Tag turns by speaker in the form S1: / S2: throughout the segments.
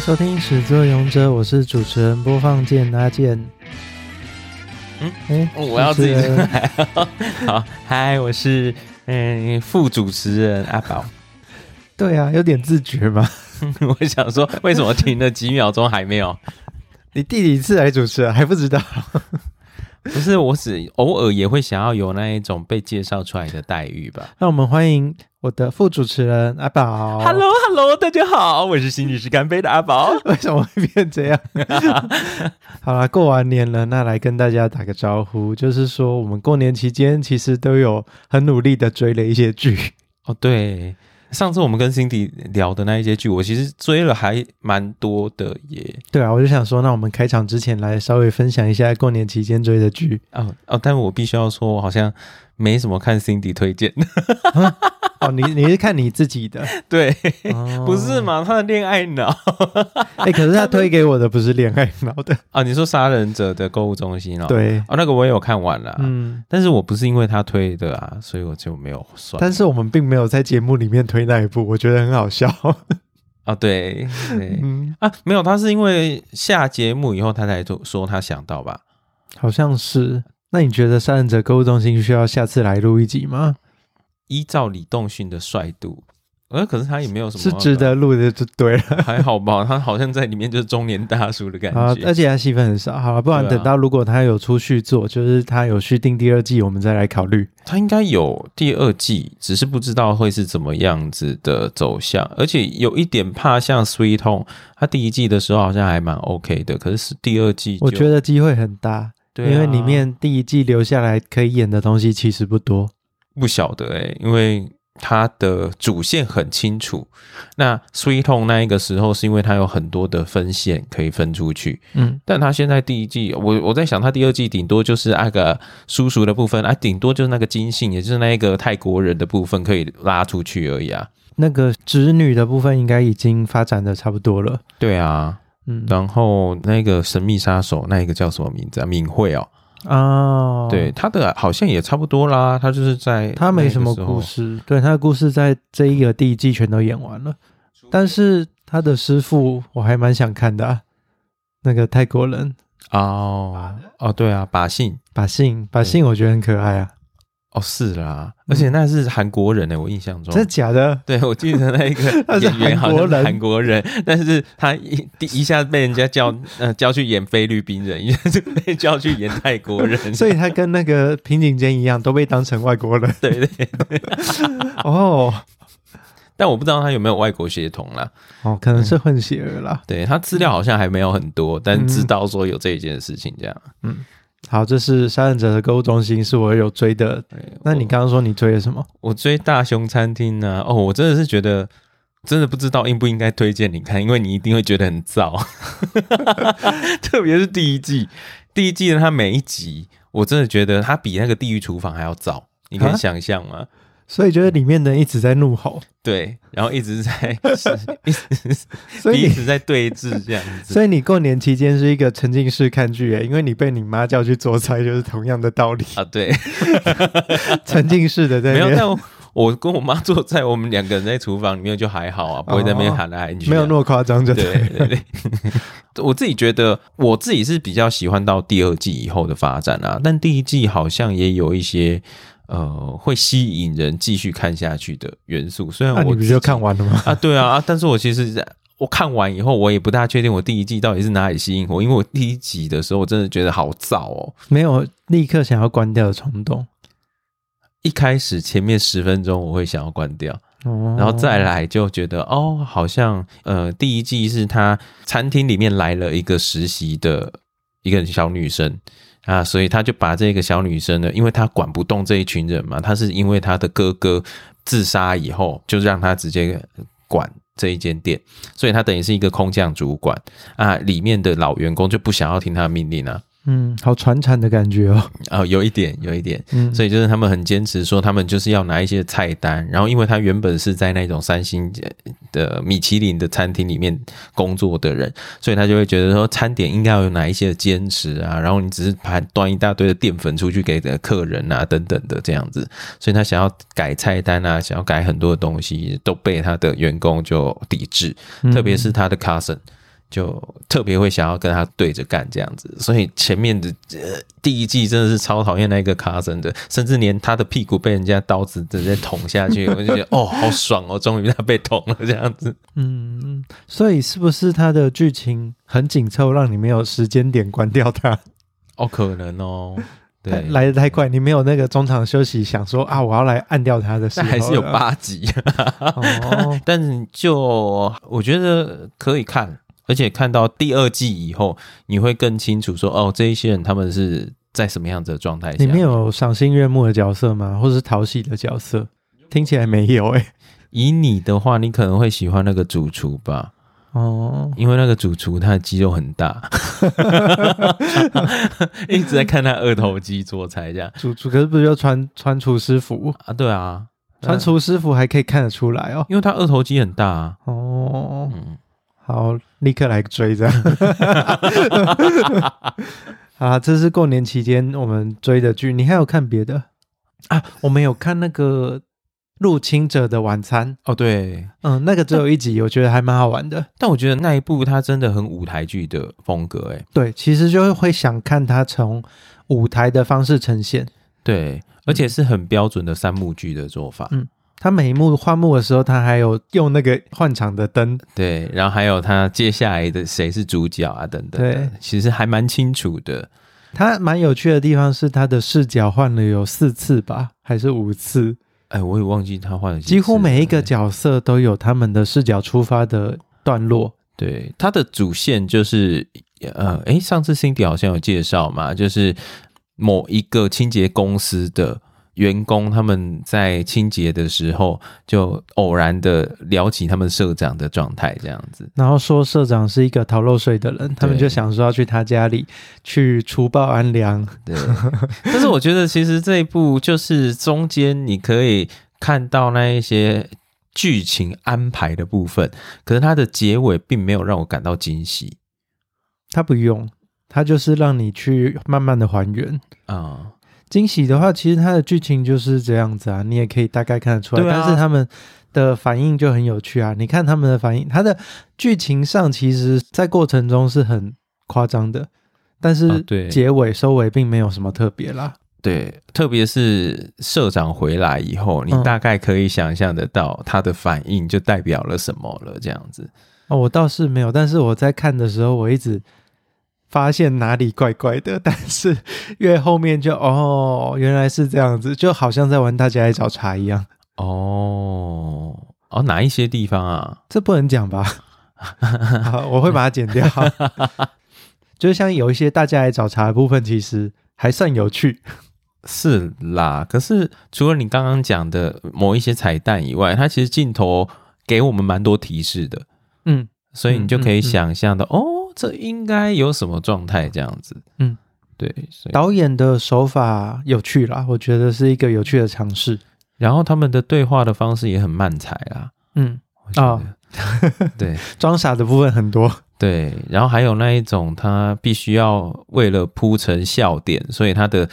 S1: 收听《始作俑者》，我是主持人播放键阿健。
S2: 嗯，
S1: 哎、
S2: 哦我要自己
S1: 主持人
S2: 好，嗨，我是嗯、副主持人阿宝。
S1: 对啊，有点自觉嘛。
S2: 我想说，为什么停了几秒钟还没有？
S1: 你第几次来主持啊？还不知 道？
S2: 不是，我只偶尔也会想要有那一种被介绍出来的待遇吧。
S1: 让我们欢迎我的副主持人阿宝。
S2: Hello，Hello，大家好，我是心理师干杯的阿宝。
S1: 为什么会变这样？ 好啦，过完年了，那来跟大家打个招呼，就是说我们过年期间其实都有很努力的追了一些剧。
S2: 哦，对，上次我们跟 Cindy 聊的那一些剧，我其实追了还蛮多的耶。
S1: 对啊，我就想说，那我们开场之前来稍微分享一下过年期间追的剧。
S2: 哦哦，但我必须要说，我好像没什么看 Cindy 推荐的。
S1: 哦，你你是看你自己的，
S2: 对，
S1: 哦
S2: 不是嘛？他的恋爱脑
S1: 哎、可是他推给我的不是恋爱脑的，
S2: 啊，你说杀人者的购物中 心哦？，
S1: 对，
S2: 哦，那个我也有看完了。
S1: 嗯，
S2: 但是我不是因为他推的啊，所以我就没有算。
S1: 但是我们并没有在节目里面推那一部，我觉得很好笑，
S2: 啊，对对
S1: 嗯，
S2: 啊，没有，他是因为下节目以后他才说说他想到吧？
S1: 好像是。那你觉得杀人者购物中心需要下次来录一集吗？
S2: 依照李栋勋的帅度，呃，可是他也没有什么
S1: 是值，得录的就对了
S2: 还好吧？他好像在里面就是中年大叔的感
S1: 啊，
S2: 觉。
S1: 而且他戏份很少，好了，不然
S2: 对啊
S1: 等到如果他有出续作，就是他有续订第二季，我们再来考虑。
S2: 他应该有第二季，只是不知道会是怎么样子的走向，而且有一点怕像 Sweet Home，他第一季的时候好像还蛮 OK 的，可是第二季就
S1: 我觉得机会很大，
S2: 对啊
S1: 因为里面第一季留下来可以演的东西其实不多。
S2: 不晓得哎、因为它的主线很清楚。那 Sweet Home 那一个时候是因为它有很多的分线可以分出去，
S1: 嗯，
S2: 但它现在第一季，我我在想它第二季顶多就是那个叔叔的部分啊，顶多就是那个金信，也就是那一个泰国人的部分可以拉出去而已啊。
S1: 那个侄女的部分应该已经发展的差不多了。
S2: 对啊，
S1: 嗯，
S2: 然后那个神秘杀手那一个叫什么名字啊？敏慧哦，
S1: 哦，
S2: 对，，他的好像也差不多啦。他就是在
S1: 他没什么
S2: 那个时候
S1: 故事，对，他的故事在这一个第一季全都演完了，但是他的师傅我还蛮想看的、啊，那个泰国人
S2: 哦哦，对啊，把信
S1: 把信把
S2: 嗯
S1: 信，我觉得很可爱啊，
S2: 哦，是
S1: 嗯
S2: 啦，而且那是韩国人呢、欸我印象中
S1: 真的。假的？
S2: 对，我记得那一
S1: 他
S2: 个
S1: 是
S2: 演员好
S1: 韩国
S2: 像
S1: 人
S2: 是韩国人，但是他一第一下被人家叫呃叫去演菲律宾人，一下就被叫去演泰国人，
S1: 所以他跟那个平井坚一样，都被当成外国 人
S2: 对对。
S1: 哦
S2: 但我不知道他有没有外国血统啦。
S1: 哦，可能是
S2: 嗯
S1: 混血儿啦。
S2: 对他资料好像还没有很多，但
S1: 嗯
S2: 知道说有这一件事情这样。
S1: 好，这是杀人者的购物中心，是我有追的。
S2: 对
S1: 那你
S2: 哎我
S1: 刚刚说你追了什么？
S2: 我追大熊餐厅呢、哦，我真的是觉得，真的不知道应不应该推荐你看，因为你一定会觉得很燥， 特别是第一季，第一季的它每一集，我真的觉得它比那个《地狱厨房》还要燥，你可
S1: 啊
S2: 以想象吗？
S1: 所以就是里面的人一直在怒吼，
S2: 对，然后一直在 一直
S1: 所以你
S2: 彼此在对峙这样子。
S1: 所以你过年期间是一个沉浸式看剧耶，因为你被你妈叫去做菜，就是同样的 道理，
S2: 啊，对，
S1: 沉浸式的在
S2: 没
S1: 那
S2: 有，
S1: 边
S2: 但我我跟我妈坐在我们两个人在厨房里面就还好啊，不会在那边喊来喊去啊，
S1: 哦没有那么夸张，就
S2: 对对对， 我自己觉得我自己是比较喜欢到第二季以后的发展啊，但第一季好像也有一些呃会吸引人继续看下去的元素。虽然
S1: 那
S2: 我
S1: 你不
S2: 自己、
S1: 就看完了吗？
S2: 啊，对啊啊，但是我其实我看完以后，我也不大确定我第一季到底是哪里吸引我，因为我第一集的时候我真的觉得好燥哦。
S1: 没有立刻想要关掉的冲动，
S2: 一开始前面十分钟我会想要关掉，
S1: 哦
S2: 然后再来就觉得哦，好像呃，第一季是他餐厅里面来了一个实习的一个小女生啊，所以他就把这个小女生呢，因为他管不动这一群人嘛，他是因为他的哥哥自杀以后，就让他直接管这一间店，所以他等于是一个空降主管啊，里面的老员工就不想要听他的命令啊，
S1: 嗯，好传产的感觉哦，
S2: 啊，有一点，有一点，
S1: 嗯，
S2: 所
S1: 以
S2: 以就是他们很坚持说，他们就是要拿一些菜单。然后，因为他原本是在那种三星呃的米其林的餐厅里面工作的人，所以他就会觉得说，餐点应该要有哪一些的坚持啊。然后你只是盘端一大堆的淀粉出去给的客人啊，等等的这样子。所以他想要改菜单啊，想要
S1: 嗯
S2: 改很多的东西，都被他的员工就抵制，特别是他的 cousin。就特别会想要跟他对着干这样子，所以前面的、呃、第一季真的是超讨厌那个 Cousin 的，甚至连他的屁股被人家刀子直接捅下去，我就觉得哦，好爽哦，终于他被捅了这样子。
S1: 嗯，所以是不是它的剧情很紧凑，让你没有时间点关掉它？
S2: 哦，可能哦，
S1: 太
S2: 对，
S1: 来的太快，你没有那个中场休息，想说啊，我要来按掉它的时
S2: 但
S1: 候了，
S2: 还是有八集，，
S1: 哦
S2: 但就我觉得可以看，而且看到第二季以后，你会更清楚说哦，这一些人他们是在什么样子的状态下。
S1: 里面有赏心悦目的角色吗？或是讨喜的角色？听起来没有欸诶、
S2: 以你的话，你可能会喜欢那个主厨吧，
S1: 哦，
S2: 因为那个主厨他的肌肉很大， 一直在看他二头肌做菜这样
S1: 主主可是不是就穿穿厨师服？
S2: 啊，对啊，
S1: 穿厨师服还可以看得出来哦。
S2: 因为他二头肌很大、啊，
S1: 哦，
S2: 嗯，
S1: 好，立刻来追这样。 好啦，这是过年期间我们追的剧。你还有看别的啊？我们有看那个《入侵者的晚餐》，
S2: 哦对，
S1: 嗯，那个只有一集，我觉得还蛮好玩的。
S2: 但我觉得那一部他真的很舞台剧的风格、欸，
S1: 对，其实就会想看它从舞台的方式呈现。
S2: 对，而且是很标准的三幕剧的做法，
S1: 嗯它每一幕换幕的时候，它还有用那个换场的灯，
S2: 对，然后还有他接下来的谁是主角啊等等的，
S1: 对
S2: 其实还蛮清楚的，
S1: 它蛮有趣的地方是它的视角换了有四次吧，还是五次？
S2: 哎，我也忘记他换了几
S1: 几乎
S2: 次
S1: 每一个
S2: 了
S1: 角色都有他们的视角出发的段落。
S2: 对，它的主线就是呃，诶，上次 Cindy 好像有介绍嘛，就是某一个清洁公司的员工，他们在清洁的时候就偶然的聊起他们社长的状态，这样子。
S1: 然后说社长是一个逃漏税的人，他们就想说要去他家里去除暴安良。
S2: 对，但是我觉得其实这一部就是中间你可以看到那一些。剧情安排的部分，可是它的结尾并没有让我感到惊喜
S1: 他不用，他就是让你去慢慢的还原。
S2: 啊、
S1: 惊喜的话，其实它的剧情就是这样子啊，你也可以大概看得出来。
S2: 对啊
S1: 但是他们的反应就很有趣啊！你看他们的反应，它的剧情上其实在过程中是很夸张的，但
S2: 啊
S1: 是
S2: 对
S1: 结尾收尾并没有什么特别啦。
S2: 对，特别是社长回来以后，你
S1: 嗯
S2: 大概可以想象得到他的反应就代表了什么了，这样子。
S1: 哦，我倒是没有，但是我在看的时候，我一直发现哪里怪怪的， 但是越后面就哦，原来是这样子，就好像在玩大家来找茬一样。
S2: 哦，哦，哪一些地方啊？
S1: 这不能讲 吧？好我会把它剪 掉。就是像有一些大家来找茬的部分，其实还算有趣。
S2: 是啦，可是除了你刚刚讲的某一些彩蛋以外，它其实镜头给我们蛮多提示的，
S1: 嗯，
S2: 所以你就可
S1: 嗯
S2: 以
S1: 嗯嗯
S2: 想象到，哦，这应该有什么状态这样子。
S1: 嗯，
S2: 对，所以
S1: 导演的手法有趣啦，我觉得是一个有趣的尝试。
S2: 然后他们的对话的方式也很慢才啦。
S1: 嗯，
S2: 我觉
S1: 哦
S2: 得， 对。
S1: 装傻的部分很多。
S2: 对，然后还有那一种，他必须要为了铺成笑点，所以他的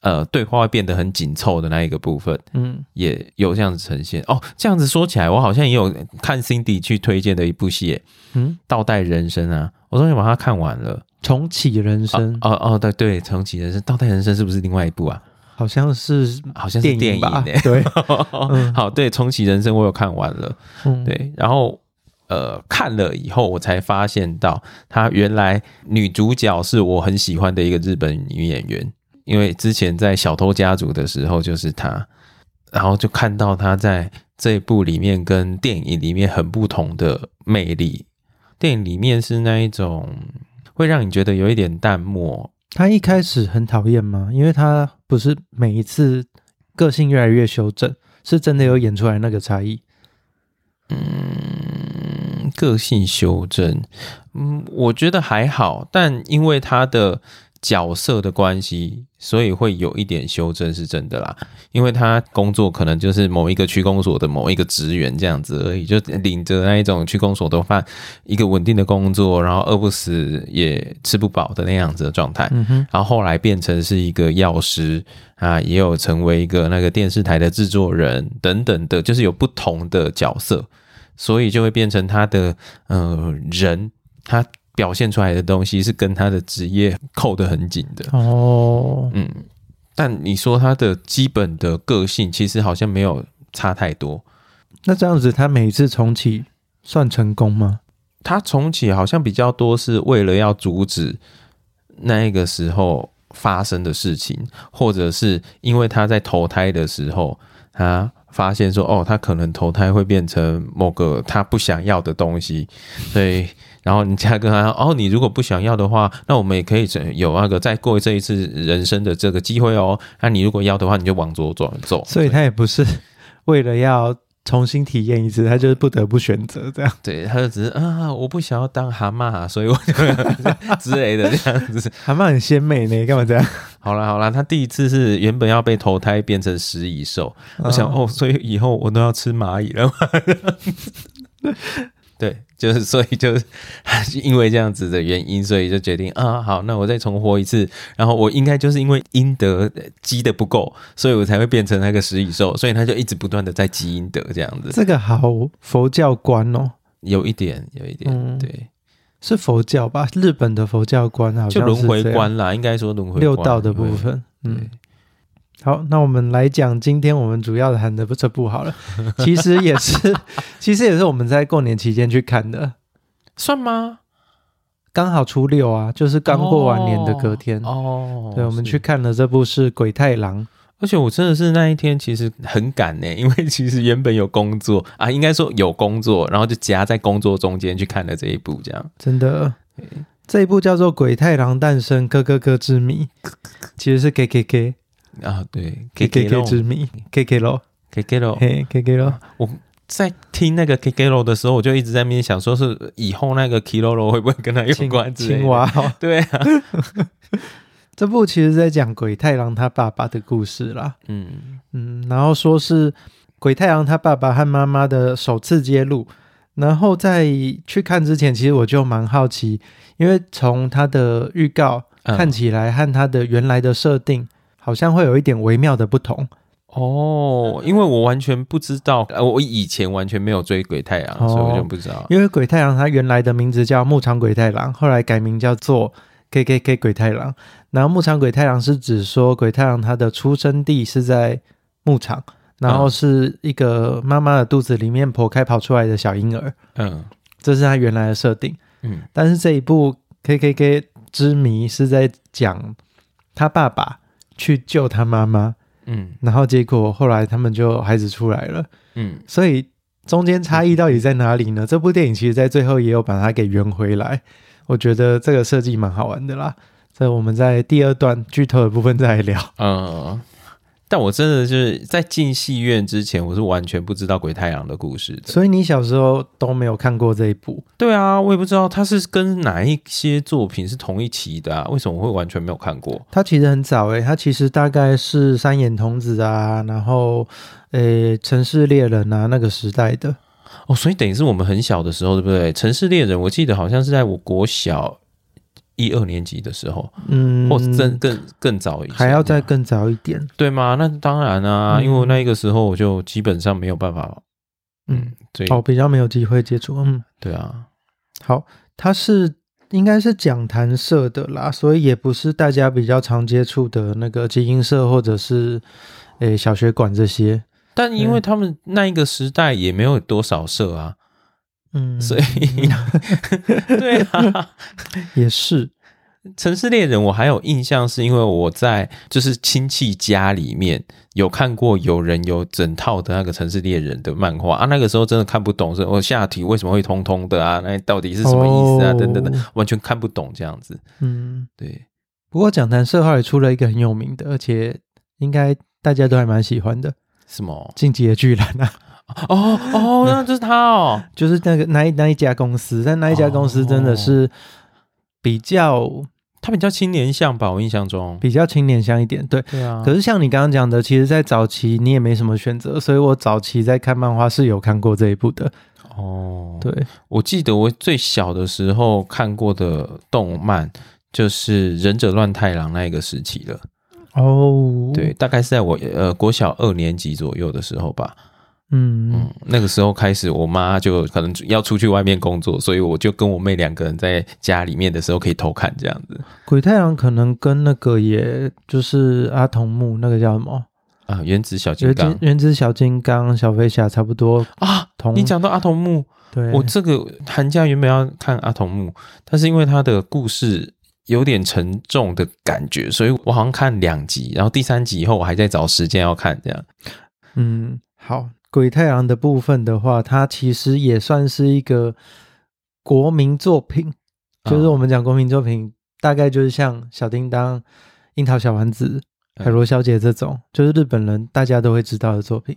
S2: 呃对话会变得很紧凑的那一个部分，
S1: 嗯，
S2: 也有这样子呈现。哦，这样子说起来，我好像也有看 Cindy 去推荐的一部戏耶，
S1: 嗯
S2: 《倒带人生》啊，我终于把它看完了。
S1: 重启人生、
S2: 哦哦，对对，重启人生，《倒带人生》是不是另外一部啊？
S1: 好像是
S2: 好像是
S1: 电
S2: 电
S1: 影吧？
S2: 耶
S1: 对，嗯
S2: 好，对，重启人生我有看完了。
S1: 嗯，
S2: 对，然后呃看了以后，我才发现到她原来女主角是我很喜欢的一个日本女演员，因为之前在《小偷家族》的时候就是她，然后就看到她在这一部里面跟电影里面很不同的魅力。电影里面是那一种会让你觉得有一点淡漠，
S1: 他一开始很讨厌吗？因为他不是每一次个性越来越修正，是真的有演出来那个差异。
S2: 嗯，个性修正，嗯，我觉得还好，但因为他的角色的关系，所以会有一点修正是真的啦。因为他工作可能就是某一个区公所的某一个职员这样子而已，就领着那一种区公所的饭，一个稳定的工作，然后饿不死也吃不饱的那样子的状态。
S1: 嗯哼，
S2: 然后后来变成是一个药师啊，也有成为一个那个电视台的制作人等等的，就是有不同的角色，所以就会变成他的呃人，他表现出来的东西是跟他的职业扣得很紧的。
S1: 哦，
S2: 嗯，但你说他的基本的个性，其实好像没有差太多。
S1: 那这样子他每一次重启算成功吗？
S2: 他重启好像比较多是为了要阻止那一个时候发生的事情，或者是因为他在投胎的时候，他发现说，哦，他可能投胎会变成某个他不想要的东西，所以。然后人家跟他哦，你如果不想要的话，那我们也可以有那个再过这一次人生的这个机会哦。那你如果要的话，你就往左转走。
S1: 所以他也不是 为了要重新体验一次，他就是不得不选择这样。
S2: 对，他就只是啊，我不想要当蛤蟆，啊所以我就之类的这样子。
S1: 蛤蟆很鲜美呢，干嘛这样？
S2: 好啦好啦，他第一次是原本要被投胎变成食蚁兽，
S1: 嗯
S2: 我想哦，所以以后我都要吃蚂蚁了嘛。 对，就是所以就是因为这样子的原因，所以就决定啊，好，那我再重活一次。然后我应该就是因为阴德呃积的不够，所以我才会变成那个食蚁兽。所以他就一直不断的在积阴德这样子，
S1: 这个好佛教观哦，
S2: 有一点有一点、
S1: 嗯
S2: 对，
S1: 是佛教吧？日本的佛教观好像是
S2: 就轮回
S1: 这样
S2: 观啦，应该说轮回观
S1: 六道的部
S2: 对
S1: 分。
S2: 对
S1: 嗯，好，那我们来讲今天我们主要谈的这部 好了。其实也是，其实也是我们在过年期间去看的，
S2: 算吗？
S1: 刚好初六啊，就是刚过完年的隔天。
S2: 哦，
S1: 对，我们
S2: 是
S1: 去看了这部是《鬼太郎》，
S2: 而且我真的是那一天其实很赶呢、 因为其实原本有工作啊，应该说有工作，然后就夹在工作中间去看了这一部，这样
S1: 真的。这一部叫做《鬼太郎诞生咯咯咯之 谜》，其实是 K K K
S2: 啊，对
S1: K
S2: ，K
S1: K
S2: K
S1: K
S2: 哦 L
S1: 之谜，K K 咯，
S2: K K L，
S1: 嘿 K K 咯，
S2: 在听那个 K K L 的时候，我就一直在那边想，说是以后那个 K L L 会不会跟他有
S1: 青
S2: 关之类的
S1: 青？蛙哦。
S2: 对啊，
S1: 这部其实在讲鬼太郎他爸爸的故事啦。
S2: 嗯，
S1: 嗯，然后说是鬼太郎他爸爸和妈妈的首次揭露。然后在去看之前，其实我就蛮好奇，因为从他的预告
S2: 嗯
S1: 看起来和他的原来的设定好像会有一点微妙的不同。
S2: 哦，因为我完全不知道，呃我以前完全没有追鬼太阳，
S1: 哦
S2: 所以我就不知道。
S1: 因为鬼太郎他原来的名字叫牧场鬼太郎，后来改名叫做 K K K 鬼太郎。然后牧场鬼太郎是指说鬼太郎他的出生地是在牧场，然后是一个妈妈的肚子里面剖开跑出来的小婴儿，
S2: 嗯
S1: 这是他原来的设定。
S2: 嗯
S1: 但是这一部 K K K 之谜是在讲他爸爸去救他妈妈，
S2: 嗯
S1: 然后结果后来他们就孩子出来了，
S2: 嗯，
S1: 所以中间差异到底在哪里呢？这部电影其实在最后也有把它给圆回来，我觉得这个设计蛮好玩的啦。这我们在第二段剧透的部分再来聊。
S2: 呃，但我真的就是在进戏院之前，我是完全不知道鬼太郎的故事的。
S1: 所以你小时候都没有看过这一部，
S2: 对啊，我也不知道他是跟哪一些作品是同一期的啊，为什么我会完全没有看过？
S1: 它其实很早诶、它其实大概是三眼童子啊，然后诶城市猎人啊那个时代的。
S2: 哦，所以等于是我们很小的时候，对不对？《城市猎人》我记得好像是在我国小一二年级的时候，
S1: 嗯，
S2: 或是更更更早一些，
S1: 还要再更早一点。
S2: 对吗？那当然啊，
S1: 嗯
S2: 因为我那个时候我就基本上没有办法，嗯
S1: 嗯，，
S2: 所以、
S1: 哦，比较没有机会接触。嗯，
S2: 对啊，
S1: 好，它是应该是讲坛社的啦，所以也不是大家比较常接触的那个基因社或者是诶、小学馆这些。
S2: 但因为他们那一个时代也没有多少社啊，
S1: 嗯，
S2: 所以 对啊，
S1: 也是
S2: 《城市猎人》我还有印象，是因为我在就是亲戚家里面有看过有人有整套的那个《城市猎人》的漫画啊，那个时候真的看不懂，是我下体为什么会通通的啊？那到底是什么意思啊？
S1: 哦
S2: 等等的，完全看不懂这样子。
S1: 嗯。
S2: 对，
S1: 不过讲坛社后来出了一个很有名的，而且应该大家都还蛮喜欢的《
S2: 什么？
S1: 进击的巨人》啊，
S2: 哦哦，那就是他 哦。
S1: 就是那个那一那一家公司，但那一家公司真的
S2: 哦
S1: 是比较、
S2: 他比较青年像吧，我印象中。
S1: 比较青年向一点，对。
S2: 对啊，
S1: 可是像你刚刚讲的，其实，在早期你也没什么选择，所以我早期在看漫画是有看过这一部的。
S2: 哦，
S1: 对，
S2: 我记得我最小的时候看过的动漫就是《忍者乱太郎》那一个时期了。
S1: 哦，
S2: 对，，大概是在我呃国小二年级左右的时候吧。
S1: 嗯嗯
S2: 嗯，那个时候开始，我妈就可能要出去外面工作，所以我就跟我妹两个人在家里面的时候可以偷看这样子
S1: 鬼太郎可能跟那个也就是阿童木那个叫什么
S2: 啊，《原子小金
S1: 原
S2: 刚
S1: 子》原子小金刚、小飞侠差不多
S2: 啊。
S1: 同
S2: 你讲到阿童木，
S1: 对，
S2: 我这个寒假原本要看阿童木，但是因为他的故事有点沉重的感觉，所以我好像看两集，然后第三集以后我还在找时间要看这样。
S1: 嗯，好，鬼太郎的部分的话，它其实也算是一个国民作品，就是
S2: 啊
S1: 我们讲国民作品，大概就是像小叮当、樱桃小丸子、海
S2: 嗯
S1: 螺小姐这种，就是日本人大家都会知道的作品。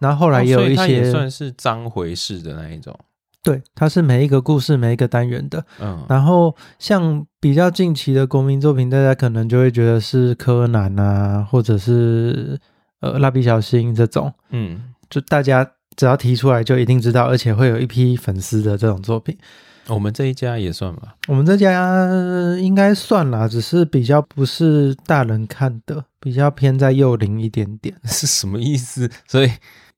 S1: 然后后来也
S2: 哦
S1: 有
S2: 所以
S1: 一
S2: 它
S1: 些，
S2: 也算是章回式的那一种，
S1: 对，它是每一个故事每一个单元的。
S2: 嗯，
S1: 然后像比较近期的国民作品，大家可能就会觉得是柯南啊，或者是呃蜡笔小新这种。
S2: 嗯，
S1: 就大家只要提出来就一定知道，而且会有一批粉丝的这种作品。
S2: 我们这一家也算吧，
S1: 我们这家啊呃应该算啦，只是比较不是大人看的，比较偏在幼龄一点点。
S2: 是什么意思？所以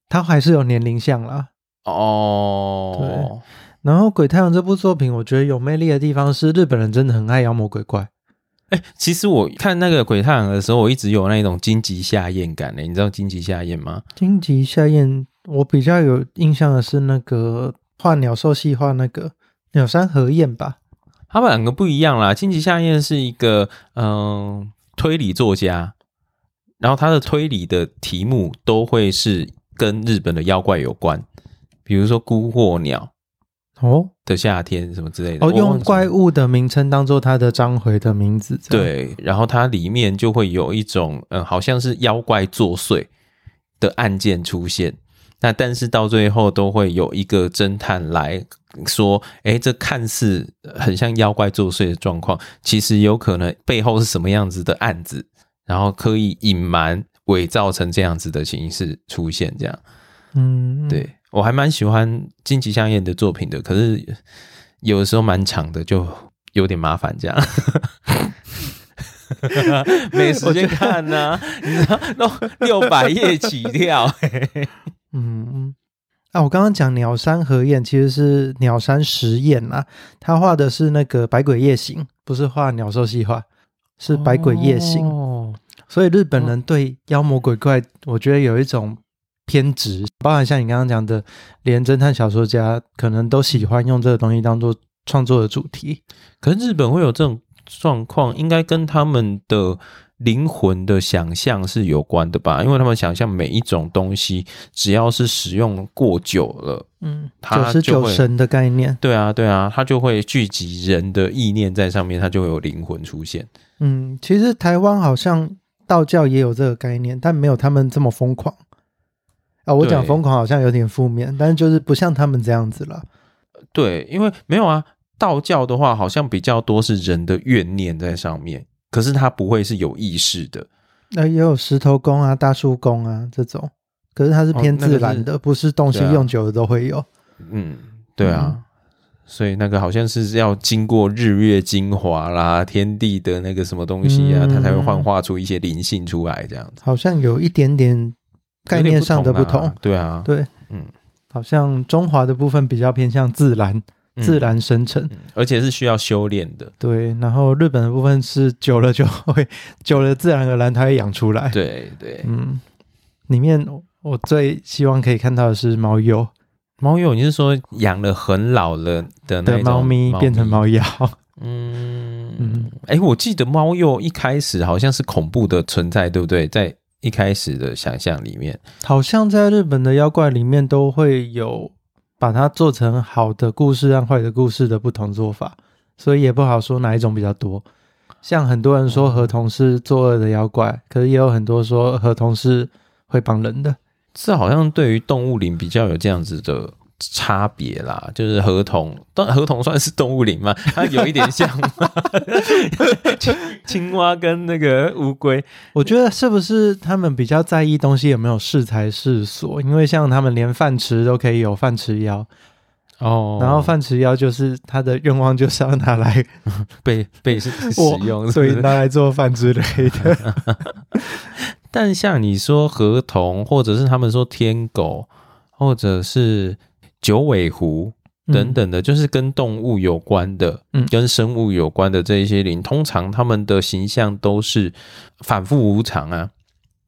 S1: 它还是有年龄向啦。
S2: 哦，
S1: 然后《鬼太阳》这部作品，我觉得有魅力的地方是日本人真的很爱妖魔鬼怪。
S2: 哎其实我看那个《鬼太郎》的时候，我一直有那种荆棘下咽感的，你知道荆棘下咽吗？
S1: 荆棘下咽，我比较有印象的是那个画鸟兽戏画那个鸟山和彦吧，
S2: 他们两个不一样啦。荆棘夏彦是一个嗯、推理作家，然后他的推理的题目都会是跟日本的妖怪有关，比如说《孤惑鸟
S1: 哦
S2: 的夏天》什么之类的。
S1: 哦，
S2: 我忘
S1: 用
S2: 记
S1: 怪物的名称当做他的章回的名字。这样，
S2: 对，然后它里面就会有一种嗯，好像是妖怪作祟的案件出现。那但是到最后都会有一个侦探来说，诶，这看似很像妖怪作祟的状况，其实有可能背后是什么样子的案子，然后刻意隐瞒、伪造成这样子的形式出现。这样，
S1: 嗯，
S2: 对、我还蛮喜欢金崎香彦的作品的，可是有的时候蛮长的，就有点麻烦 这样。没时间看呐、你知道，那六百页起跳、
S1: 嗯，啊，我刚刚讲鸟山和彦其实是鸟山实验啊，他画的是那个《百鬼夜行》，不是画鸟兽戏画，是《百鬼夜行》
S2: 哦，
S1: 所以日本人对妖魔鬼怪，我觉得有一种偏执，包含像你刚刚讲的，连侦探小说家可能都喜欢用这个东西当做创作的主题。
S2: 可是日本会有这种状况，应该跟他们的灵魂的想象是有关的吧？因为他们想象每一种东西，只要是使用过久了，
S1: 嗯，九
S2: 他
S1: 十
S2: 就
S1: 九
S2: 会
S1: 神的概念，
S2: 对啊，对啊，它就会聚集人的意念在上面，它就会有灵魂出现。
S1: 嗯，其实台湾好像道教也有这个概念，但没有他们这么疯狂。啊，我讲
S2: 对
S1: 疯狂好像有点负面，但是就是不像他们这样子了。
S2: 对，因为没有啊，道教的话好像比较多是人的怨念在上面，可是它不会是有意识的。
S1: 那、也有石头公啊、大树公啊这种，可是它是
S2: 哦
S1: 偏
S2: 那个
S1: 自然
S2: 是
S1: 的，不是东西
S2: 对啊
S1: 用久了都会有。
S2: 嗯，对啊，所以那个好像是要经过日月精华啦、天地的那个什么东西啊，
S1: 嗯
S2: 它才会幻化出一些灵性出来，这样子
S1: 好像有一点点概念上的不
S2: 有点
S1: 同。
S2: 同啊。对啊，
S1: 对，
S2: 嗯，
S1: 好像中华的部分比较偏向自然、
S2: 嗯
S1: 自，然生成。
S2: 嗯而且是需要修炼的。
S1: 对，然后日本的部分是久了就会，久了自然而然它会养出来。
S2: 对对，
S1: 嗯，里面我最希望可以看到的是猫鼬
S2: 猫鼬，你是说养了很老了的那
S1: 的
S2: 种
S1: 猫咪变成猫妖，
S2: 嗯
S1: 嗯
S2: 嗯，哎、我记得猫鼬一开始好像是恐怖的存在，对不对？在一开始的想象里面，
S1: 好像在日本的妖怪里面都会有把它做成好的故事和坏的故事的不同做法，所以也不好说哪一种比较多。像很多人说河童是作恶的妖怪，可是也有很多说河童是会帮人的。
S2: 这好像对于动物灵比较有这样子的差别啦，就是合同，但合同算是动物灵嘛，它有一点像 青青蛙跟那个乌龟，
S1: 我觉得是不是他们比较在意东西有没有适才适所？因为像他们连饭吃都可以有饭吃妖，
S2: 哦
S1: 然后饭匙腰就是他的愿望，就是要拿来
S2: 被被使
S1: 我
S2: 用，
S1: 所
S2: 所以
S1: 以拿来做饭之类的。
S2: 但像你说河童，或者是他们说天狗，或者是九尾狐 等等的，就是跟动物有关的，
S1: 嗯
S2: 跟生物有关的这一些灵，通常他们的形象都是反复无常啊，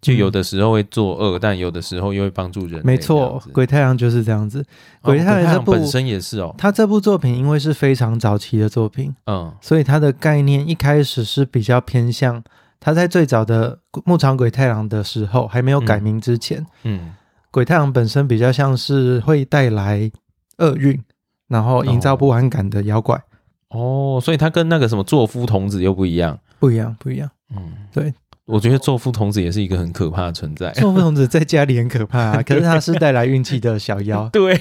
S2: 就有的时候会作恶，但有的时候又会帮助人类
S1: 没
S2: 这样
S1: 错
S2: 子，
S1: 《鬼太阳》就是这样子。
S2: 哦
S1: 鬼太郎这
S2: 郎
S1: 部
S2: 本身也是哦，
S1: 他这部作品因为是非常早期的作品，
S2: 嗯
S1: 所以它的概念一开始是比较偏向他在最早的牧场鬼太郎的时候，还没有改名之前，
S2: 嗯，
S1: 鬼太郎本身比较像是会带来厄运，然后营造不安感的妖怪，
S2: 哦，所以他跟那个什么作夫童子又不一样，
S1: 不一样，不一样。
S2: 嗯，
S1: 对，
S2: 我觉得作夫童子也是一个很可怕的存在，，
S1: 作夫童子在家里很可怕啊，可是他是带来运气的小妖
S2: 对，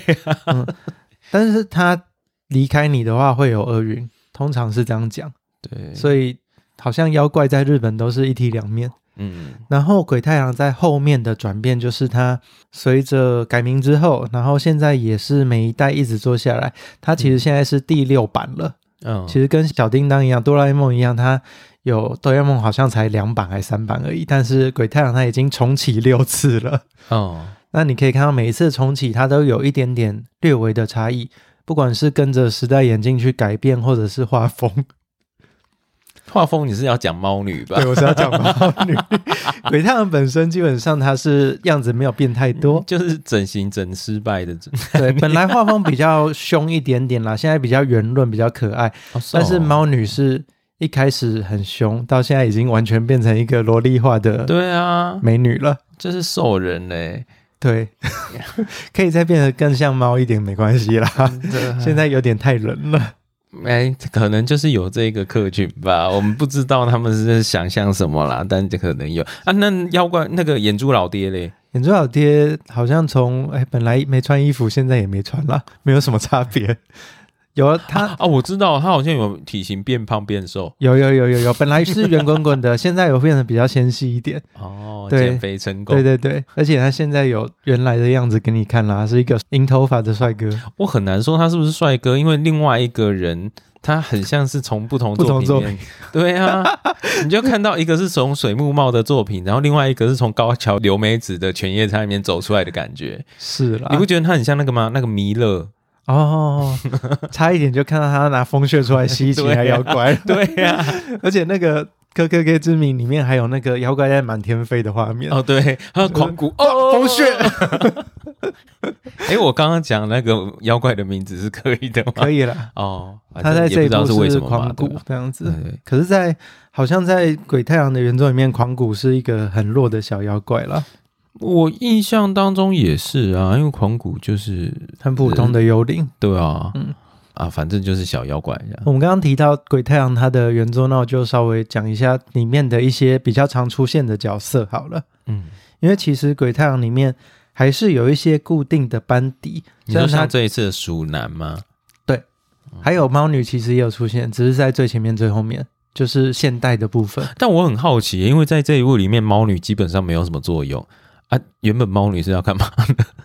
S1: 但是他离开你的话会有厄运，通常是这样讲，
S2: 对，以
S1: 所以好像妖怪在日本都是一体两面。
S2: 嗯
S1: 然后鬼太郎在后面的转变，就是他随着改名之后，然后现在也是每一代一直做下来，他其实现在是第六版了。
S2: 嗯，
S1: 其实跟小叮当一样，哆啦 A 梦一样，它有哆啦 A 梦好像才两版还三版而已，但是鬼太郎它已经重启六次了。
S2: 哦，
S1: 那你可以看到每一次重启，它都有一点点略微的差异，不管是跟着时代眼镜去改变，或者是画风。
S2: 画风你是要讲猫女吧
S1: 对，？我是要讲猫女。鬼太郎本身基本上它是样子没有变太多，
S2: 就是整形整失败的，整
S1: 对，本来画风比较凶一点点啦，现在比较圆润，比较可爱。但
S2: 哦
S1: 是猫女是一开始很凶，到现在已经完全变成一个萝莉化的
S2: 对啊，
S1: 美女了。
S2: 就是兽人嘞、
S1: 对， 可以再变得更像猫一点没关系啦。 现在有点太冷了。
S2: 哎、可能就是有这个客群吧，我们不知道他们是想象什么啦，但可能有啊。那妖怪那个眼珠老爹嘞，
S1: 眼珠老爹好像从哎本来没穿衣服，现在也没穿啦， 没有什么差别。有啊他
S2: 啊，我知道他好像有体型变胖变瘦
S1: 有有有有有，本来是圆滚滚的， 现在有变得比较纤细一点。
S2: 哦，
S1: 对
S2: 减肥成功。
S1: 对对对，而且他现在有原来的样子给你看啦，是一个银头发的帅哥，
S2: 我很难说他是不是帅哥，因为另外一个人他很像是从不同
S1: 不
S2: 作
S1: 同
S2: 品
S1: 作
S2: 里面， 对啊，你就看到一个是从水木茂的作品，然后另外一个是从高桥留美子的《犬夜叉》里面走出来的感觉，
S1: 是啦。
S2: 你不觉得他很像那个吗？那个弥 勒，
S1: 哦，差一点就看到他拿风穴出来吸其
S2: 对啊
S1: 他妖怪了。
S2: 对啊呀、
S1: 而且那个《科科 K 之名》里面还有那个妖怪在满天飞的画面。
S2: 哦对，还有狂骨 哦，
S1: 风穴
S2: 哎，我刚刚讲那个妖怪的名字是可以的吗
S1: 可？以了，
S2: 哦，反
S1: 他在
S2: 正也
S1: 这
S2: 不
S1: 一
S2: 知道是
S1: 部
S2: 为什么嘛
S1: 狂
S2: 对啊
S1: 骨
S2: 吧
S1: 这样子
S2: 对，对
S1: 可是在，好像在《鬼太阳》的原作里面，狂骨是一个很弱的小妖怪了，
S2: 我印象当中也是啊，因为狂骨就是
S1: 很普通的幽灵。
S2: 对啊，
S1: 嗯
S2: 啊，反正就是小妖怪这样。
S1: 我们刚刚提到《鬼太阳》它的原作，那我就稍微讲一下里面的一些比较常出现的角色好了。
S2: 嗯，
S1: 因为其实《鬼太阳》里面还是有一些固定的班底，
S2: 嗯
S1: 虽
S2: 你说
S1: 然它
S2: 像这一次的鼠男吗？
S1: 还有猫女其实也有出现，只是在最前面最后面，就是现代的部 分。
S2: 但我很好奇，因为在这一部里面，猫女基本上没有什么作用啊。原本猫女是要干嘛？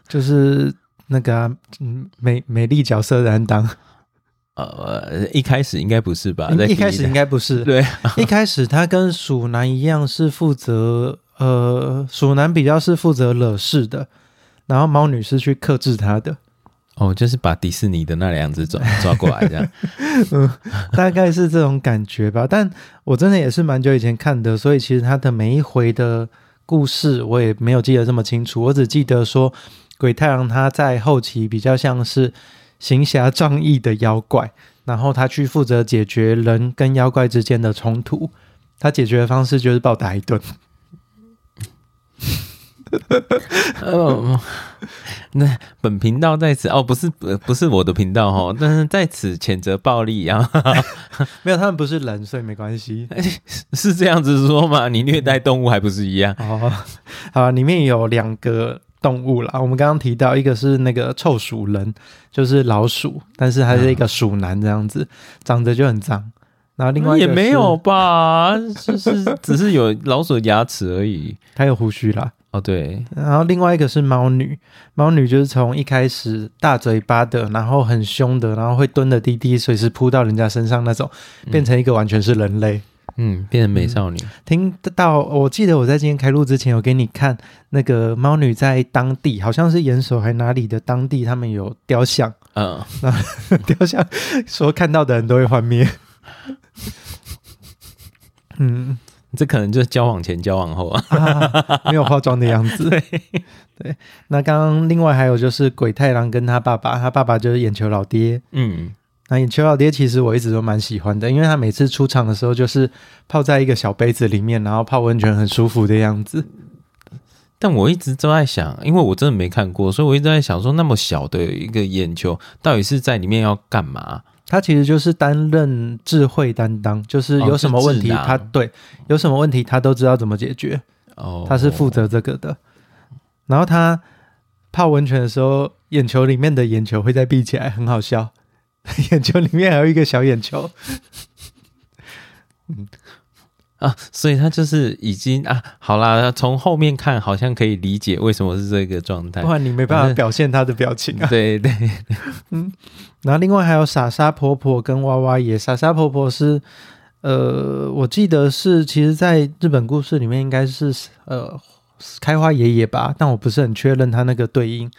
S1: 就是那个、啊、嗯美美丽角色担当，
S2: 呃，一开始应该不是吧？啊在
S1: 一
S2: 第
S1: 一开始
S2: 代
S1: 应该不是，
S2: 对，
S1: 一开始他跟鼠男一样是负责呃，鼠男比较是负责惹事的，然后猫女是去克制他的，
S2: 哦，就是把迪士尼的那两只抓 抓过来这样。
S1: 大概是这种感觉吧。但我真的也是蛮久以前看的，所以其实他的每一回的故事我也没有记得这么清楚，我只记得说鬼太郎他在后期比较像是行侠仗义的妖怪，然后他去负责解决人跟妖怪之间的冲突。他解决的方式就是暴打一顿，
S2: 呃， 那本频道在此哦，不是呃不是我的频道哦，但是在此谴责暴力啊，
S1: 没有他们不是人，所以没关系。
S2: 是这样子说吗？你虐待动物还不是一样？
S1: 哦，好啊，里面有两个动物啦。我们刚刚提到，一个是那个臭鼠人，就是老鼠，但是它是一个鼠男这样子，长得就很脏。然后另外一
S2: 嗯也
S1: 个
S2: 没
S1: 是
S2: 有，吧，就是只是有老鼠的牙齿而已。
S1: 它有胡须啦。
S2: 哦，对，
S1: 然后另外一个是猫女，猫女就是从一开始大嘴巴的，然后很凶的，然后会蹲的滴滴，随时扑到人家身上那种，变成一个完全是人类。
S2: 嗯，变成美少女，
S1: 听得到，我记得我在今天开录之前有给你看那个猫女在当地，好像是岩手还哪里的当地，他们有雕像，
S2: 嗯，
S1: 雕像说看到的人都会幻灭。 嗯
S2: 这可能就是交往前、交往后啊。
S1: 啊，没有化妆的样 子。对那刚刚另外还有就是鬼太郎跟他爸爸，他爸爸就是眼球老爹。
S2: 嗯，
S1: 那眼球老爹其实我一直都蛮喜欢的，因为他每次出场的时候就是泡在一个小杯子里面，然后泡温泉很舒服的样子。
S2: 但我一直都在想，因为我真的没看过，所以我一直在想说，那么小的一个眼球，到底是在里面要干嘛？
S1: 他其实就是担任智慧担当，就是有什么问题
S2: 哦是智囊
S1: 他、对有什么问题他都知道怎么解决，
S2: 哦，
S1: 他是负责这个的。然后他泡温泉的时候，眼球里面的眼球会再闭起来，很好笑。 眼球里面还有一个小眼球，
S2: 啊，所以他就是已经啊，好啦，从后面看好像可以理解为什么是这个状态
S1: 不。然你没办法表现他的表情啊。
S2: 对 对，
S1: 然后另外还有傻傻婆婆跟娃娃也，傻傻婆婆是呃，我记得是其实在日本故事里面应该是呃开花爷爷吧，但我不是很确认他那个对应。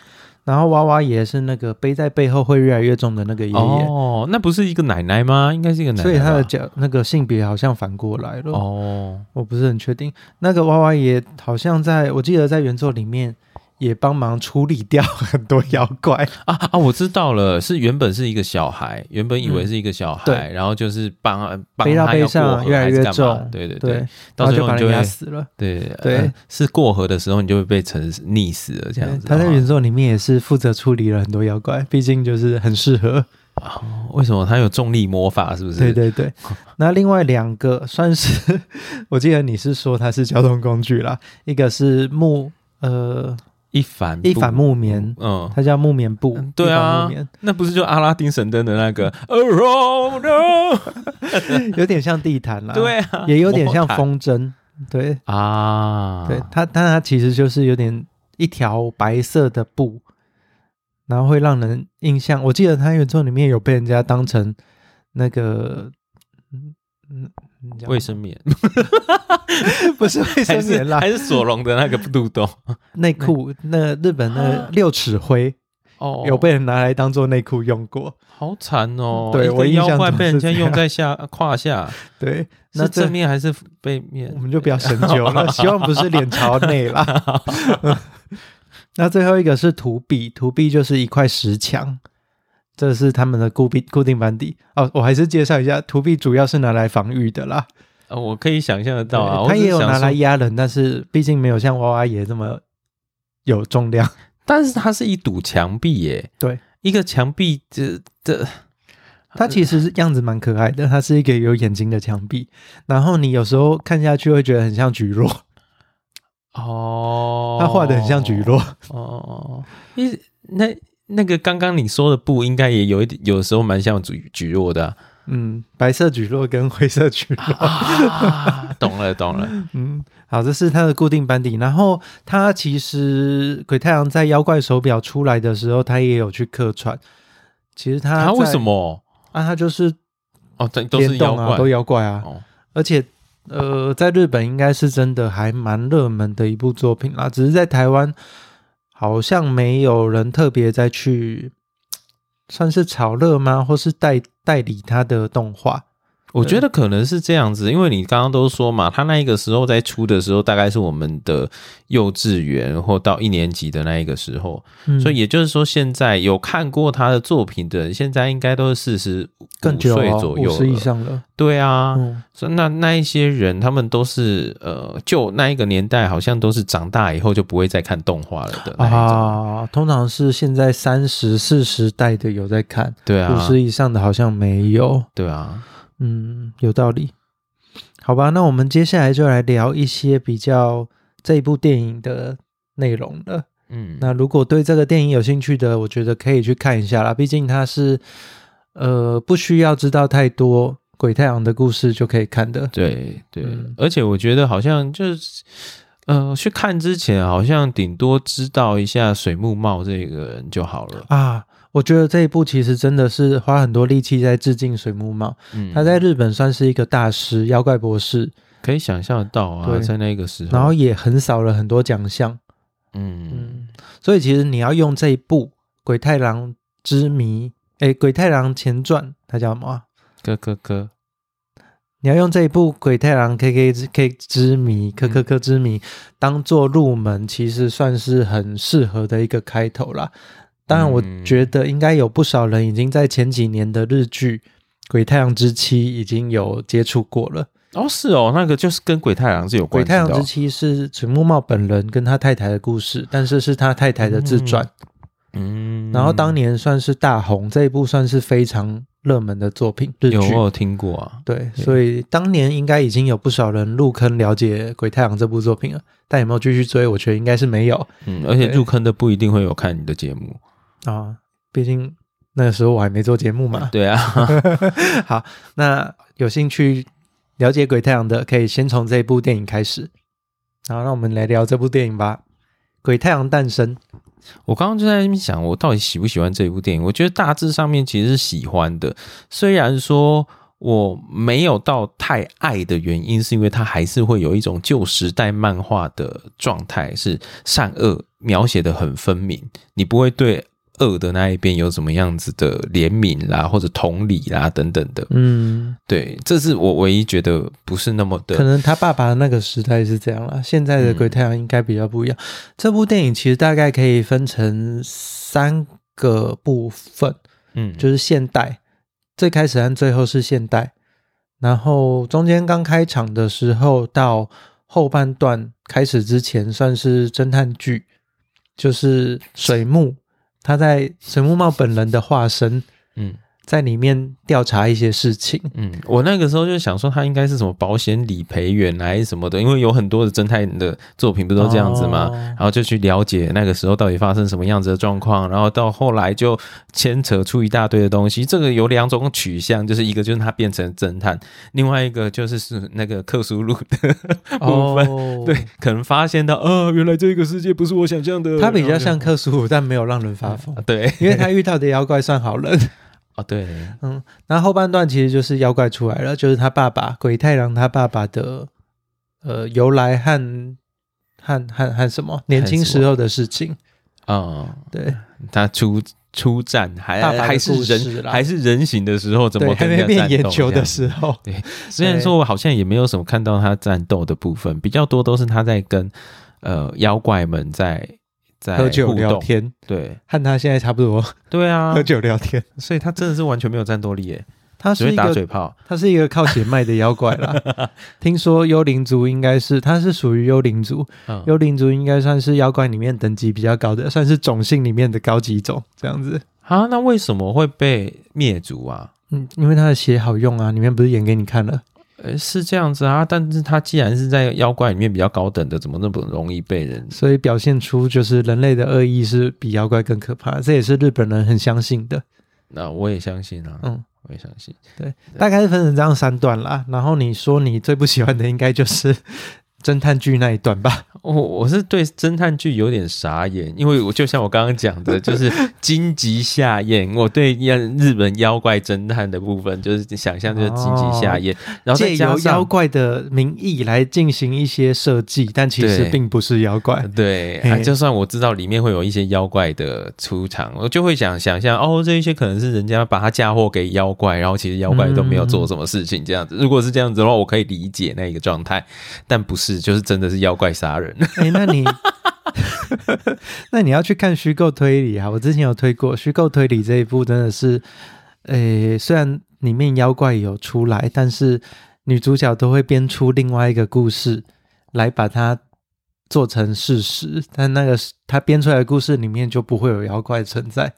S1: 然后娃娃爷是那个背在背后会越来越重的那个爷爷，
S2: 哦，那不是一个奶奶吗？应该是一个奶奶吧。
S1: 所以他的角那个性别好像反过来了。
S2: 哦，
S1: 我不是很确定，那个娃娃爷好像在我记得在原作里面也帮忙处理掉很多妖怪，
S2: 啊啊！我知道了，是原本是一个小孩，原本以为是一个小孩，
S1: 嗯对
S2: 然后就是帮帮
S1: 背到
S2: 他要
S1: 背上
S2: 过河
S1: 越来
S2: 还是
S1: 越
S2: 干嘛
S1: 重
S2: 对对
S1: 对，
S2: 对，
S1: 然
S2: 到
S1: 后
S2: 最
S1: 就
S2: 后
S1: 把
S2: 你就
S1: 人
S2: 会
S1: 压死了。
S2: 对
S1: 对
S2: 呃是过河的时候你就会被沉溺死了这样
S1: 对
S2: 子。
S1: 他在
S2: 哦
S1: 原作里面也是负责处理了很多妖怪，毕竟就是很适合。
S2: 哦为什么他有重力魔法？是不是？
S1: 对对 对。那另外两个算是， 我记得你是说它是交通工具啦，一个是木呃
S2: 一反
S1: 一反
S2: 目，
S1: 木棉，
S2: 嗯，
S1: 它叫木棉布。
S2: 嗯对
S1: 一
S2: 啊
S1: 反木棉
S2: 那不是就阿拉丁神灯的那个 Around？the-
S1: 有点像地毯啦，，
S2: 对啊，
S1: 也有点像
S2: 魔毯
S1: 风筝。对
S2: 啊，
S1: 对，它但它其实就是有点一条白色的布，然后会让人印象。我记得它原作里面有被人家当成那个。嗯嗯，嗯你讲
S2: 卫生棉
S1: 不是卫
S2: 还
S1: 生
S2: 是
S1: 棉啦
S2: 还，是索隆的那个肚 兜
S1: 内裤那日本那六尺灰
S2: 啊哦
S1: 有被人拿来当做内裤用过。
S2: 好惨
S1: 嗯
S2: 哦！
S1: 对
S2: 一个
S1: 我印象
S2: 妖怪
S1: 中
S2: 被人
S1: 是
S2: 家
S1: 这样
S2: 用在下 胯下，
S1: 对，那
S2: 是
S1: 这
S2: 正面还是背面
S1: 我？们就不要深究了，希望不是脸朝内啦。
S2: 啊
S1: 那最后一个是图币，图币就是一块石墙，这是他们的固定固定班底哦。我还是介绍一下，图币主要是拿来防御的啦，
S2: 哦，我可以想象得到啊，
S1: 对
S2: 我
S1: 它
S2: 只
S1: 也
S2: 是
S1: 有
S2: 想
S1: 拿来
S2: 说，
S1: 压人，但是毕竟没有像娃娃爷这么有重 量。
S2: 但是它是一堵墙壁耶，
S1: 对，
S2: 一个墙壁这这
S1: 它其实是样子蛮可爱的，它是一个有眼睛的墙壁，然后你有时候看下去会觉得很像菊落，
S2: 哦，
S1: 它画的很像菊落，
S2: 哦，一那那个刚刚你说的布，应该也有一点，有时候蛮像举举弱的啊
S1: 嗯，白色菊落跟灰色菊落，
S2: 啊，懂了懂了，
S1: 嗯，好，这是它的固定班底。然后它其实鬼太阳在妖怪手表出来的时候，它也有去客串。其实它
S2: 他为什
S1: 么
S2: 么？
S1: 啊？它就是
S2: 哦，这都是
S1: 联
S2: 妖
S1: 动啊，
S2: 怪
S1: 都妖怪啊，
S2: 哦，
S1: 而且。呃，在日本应该是真的还蛮热门的一部作品啦，只是在台湾好像没有人特别再去，算是炒热吗？或是代代理它的动画？
S2: 我觉得可能是这样子，因为你刚刚都说嘛，他那一个时候在出的时候，大概是我们的幼稚园或到一年级的那一个时候，
S1: 嗯
S2: 所以也就是说，现在有看过他的作品的人，现在应该都是四十
S1: 更
S2: 五
S1: 久、
S2: 岁
S1: 哦，
S2: 左
S1: 五
S2: 右
S1: 十以
S2: 了。
S1: 上了。
S2: 对啊，
S1: 嗯，
S2: 所以那那一些人，他们都是呃，就那一个年代，好像都是长大以后就不会再看动画了的那一种。
S1: 啊，通常是现在三十四十代的有在看，
S2: 对
S1: 五
S2: 啊，
S1: 十以上的好像没有。
S2: 对啊，
S1: 嗯，有道理。好吧，那我们接下来就来聊一些比较这一部电影的内容了。
S2: 嗯，
S1: 那如果对这个电影有兴趣的，我觉得可以去看一下啦，毕竟它是呃不需要知道太多鬼太阳的故事就可以看的。
S2: 对对
S1: 嗯，
S2: 而且我觉得好像就是。呃，去看之前好像顶多知道一下水木茂这个人就好了。
S1: 啊。我觉得这一部其实真的是花很多力气在致敬水木茂，
S2: 嗯，
S1: 他在日本算是一个大师，妖怪博士，
S2: 可以想象得到啊，
S1: 对
S2: 在那个时候，
S1: 然后也横扫了很多奖项。
S2: 嗯，
S1: 嗯，所以其实你要用这一部《鬼太郎之谜》，诶，《鬼太郎前传》，它叫什么啊？
S2: 哥哥哥，
S1: 你要用这一部《鬼太郎 K K 之 K 之谜》《科科科之谜》当做入门，其实算是很适合的一个开头啦。当然，我
S2: 嗯
S1: 觉得应该有不少人已经在前几年的日剧《鬼太郎之妻》已经有接触过了。
S2: 哦是哦，那个就是跟鬼太郎是有
S1: 《鬼
S2: 关系
S1: 太
S2: 的、
S1: 郎
S2: 哦
S1: 之。妻》是水木茂本人跟他太太的故事，但是是他太太的自传。
S2: 嗯，
S1: 然后当年算是大红，这一部算是非常热门的作品日
S2: 有我
S1: 剧。
S2: 有听过啊，
S1: 对，所以当年应该已经有不少人入坑了解《鬼太郎》这部作品了，但有没有继续追？我觉得应该是没有
S2: 嗯，而
S1: 对
S2: 且入坑的不一定会有看你的节目。
S1: 啊，毕竟那个时候我还没做节目 嘛。
S2: 对 啊，
S1: 好，那有兴趣了解《鬼太郎》的，可以先从这部电影开始。好，让我们来聊这部电影吧，《鬼太郎诞生》。
S2: 我刚刚就在那边想，我到底喜不喜欢这部电影？我觉得大致上面其实是喜欢的，虽然说我没有到太爱的原因，是因为它还是会有一种旧时代漫画的状态，是善恶描写的很分明，你不会对恶的那一边有什么样子的怜悯啦，或者同理啦等等的。
S1: 嗯，
S2: 对，这是我唯一觉得不是那么
S1: 可
S2: 的。
S1: 能他爸爸那个时代是这样啦，现在的《
S2: 嗯
S1: 鬼太阳》应该比较不一样。这部电影其实大概可以分成三个部分，
S2: 嗯，
S1: 就是现代，最开始和最后是现代，然后中间刚开场的时候到后半段开始之前算是侦探剧，就是水木他在水木茂本人的化身
S2: 嗯
S1: 在里面调查一些事情。
S2: 嗯，我那个时候就想说，他应该是什么保险理赔员啊还是什么的，因为有很多的侦探的作品不都这样子嘛。
S1: 哦
S2: 然后就去了解那个时候到底发生什么样子的状况，然后到后来就牵扯出一大堆的东西。这个有两种取向，就是一个就是他变成侦探，另外一个就是是那个克苏鲁 的 部分。
S1: 哦
S2: 对，可能发现到，呃，原来这个世界不是我想象的。
S1: 他比较
S2: 然后就啊
S1: 像克苏鲁，但没有让人发疯，
S2: 对，
S1: 因为他遇到的妖怪算好 人。
S2: 哦，对，
S1: 嗯，然后后半段其实就是妖怪出来了，就是他爸爸鬼太郎他爸爸的呃由来和和和和什么年轻时候的事情。
S2: 嗯，
S1: 对，
S2: 他出出战还
S1: 爸爸的
S2: 哎还是
S1: 故事
S2: 人
S1: 啦
S2: 还是人形的时候，怎么
S1: 对，还
S2: 跟
S1: 没
S2: 人家
S1: 变
S2: 战斗
S1: 眼球
S2: 这样
S1: 的时候，
S2: 虽然说我好像也没有什么看到他战斗的部分，比较多都是他在跟呃妖怪们在在
S1: 喝酒
S2: 哎互
S1: 聊
S2: 动。
S1: 天，
S2: 对
S1: 和他现在差不多，
S2: 对啊
S1: 喝，酒聊天。
S2: 所以他真的是完全没有战斗力耶，
S1: 他
S2: 只
S1: 是
S2: 会
S1: 一
S2: 打
S1: 个
S2: 嘴炮。
S1: 他是一个靠血脉的妖怪啦。 听说幽灵族应该是他是属于幽灵族，
S2: 嗯，
S1: 幽灵族应该算是妖怪里面等级比较高的，算是种姓里面的高级种这样子。
S2: 啊，那为什么会被灭族啊？
S1: 嗯，因为它的血好用啊，里面不是演给你看了？
S2: 呃，是这样子啊，但是他既然是在妖怪里面比较高等的，怎么那么容易被人？
S1: 所以表现出就是人类的恶意是比妖怪更可怕，这也是日本人很相信的。
S2: 那我也相信啊，
S1: 嗯，
S2: 我也相信。
S1: 大概是分成这样三段啦。然后你说你最不喜欢的应该就是 侦探剧那一段吧？
S2: 我哦我是对侦探剧有点傻眼，因为我就像我刚刚讲的，就是荆棘下咽。我对妖日本妖怪侦探的部分，就是想象就是荆棘下咽，然后再
S1: 哦借
S2: 加
S1: 由妖
S2: 上
S1: 怪的名义来进行一些设计，但其实
S2: 对
S1: 并不是妖怪。
S2: 对、
S1: 嘿
S2: 啊，就算我知道里面会有一些妖怪的出场，我就会想想象哦，这一些可能是人家把它嫁祸给妖怪，然后其实妖怪都没有做
S1: 嗯
S2: 什么事情这样子。如果是这样子的话，我可以理解那一个状态，但不是，就是真的是妖怪杀人。
S1: 哎、那 你那你要去看虚构推理啊！我之前有推过虚构推理这一部，真的是，哎，虽然里面妖怪有出来，但是女主角都会编出另外一个故事来把它做成事实，但那个她编出来的故事里面就不会有妖怪存在，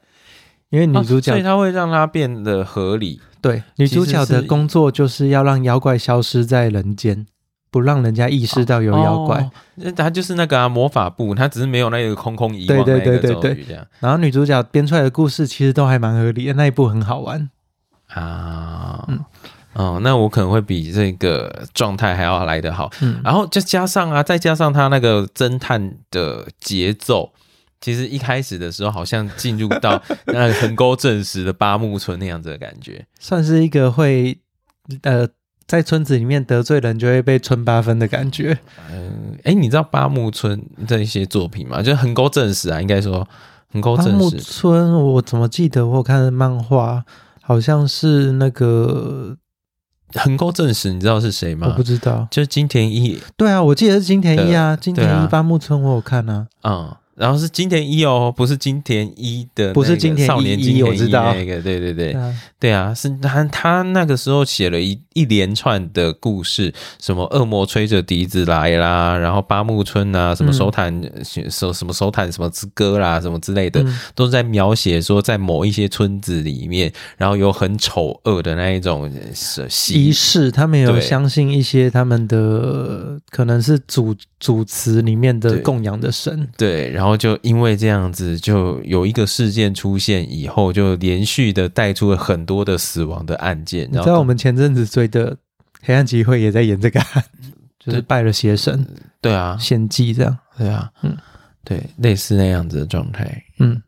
S1: 因为女主角、
S2: 啊所以它会让它变得合理。
S1: 对女主角
S2: 其实
S1: 的
S2: 是
S1: 工作就是要让妖怪消失在人间，不让人家意识到有妖怪。
S2: 哦那他就是那个啊魔法部，他只是没有那个空空遗忘
S1: 对
S2: 那
S1: 对
S2: 个
S1: 对
S2: 咒
S1: 对
S2: 语这样
S1: 然后女主角编出来的故事其实都还蛮合理的，那一部很好玩。
S2: 啊。
S1: 嗯
S2: 哦，那我可能会比这个状态还要来得好。
S1: 嗯
S2: 然后就加上啊，再加上他那个侦探的节奏，其实一开始的时候好像进入到那个横沟正史的八木村那样子的感觉。
S1: 算是一个会呃在村子里面得罪人就会被村八分的感觉。
S2: 嗯，哎，你知道八木村的一些作品吗？就是横沟正史啊，应该说横沟
S1: 八木
S2: 正史。
S1: 村，我怎么记得我有看漫画好像是那个
S2: 横沟正史，你知道是谁
S1: 我
S2: 吗
S1: 不？知道。
S2: 就是金田一，
S1: 对啊，我记得是金田一啊，金
S2: 对
S1: 田
S2: 啊
S1: 一八木村我有看啊。
S2: 嗯，然后是金田一哦，不是金田一的那个，
S1: 不是金田一
S2: 少年金
S1: 一
S2: 田
S1: 我知道
S2: 那个，对对对，
S1: 啊
S2: 对啊，是他他那个时候写了一一连串的故事，什么恶魔吹着笛子来啦，然后八木村啊，什么
S1: 嗯
S2: 手坦手、什么手坦什么之歌啦，什么之类的，
S1: 嗯
S2: 都是在描写说在某一些村子里面，然后有很丑恶的那一种呃习
S1: 仪式，他们有
S2: 对
S1: 相信一些他们的可能是主主祠里面的
S2: 对
S1: 供养的神，
S2: 对，然后就因为这样子，就有一个事件出现以后，就连续的带出了很多的死亡的案件。
S1: 你
S2: 然
S1: 知道
S2: 后
S1: 我们前阵子追的《黑暗集会》也在演这个、啊，就是
S2: 对
S1: 拜了邪神
S2: 对啊，
S1: 献祭这样。
S2: 对啊，
S1: 嗯
S2: 嗯，对，类似那样子的状态。
S1: 嗯，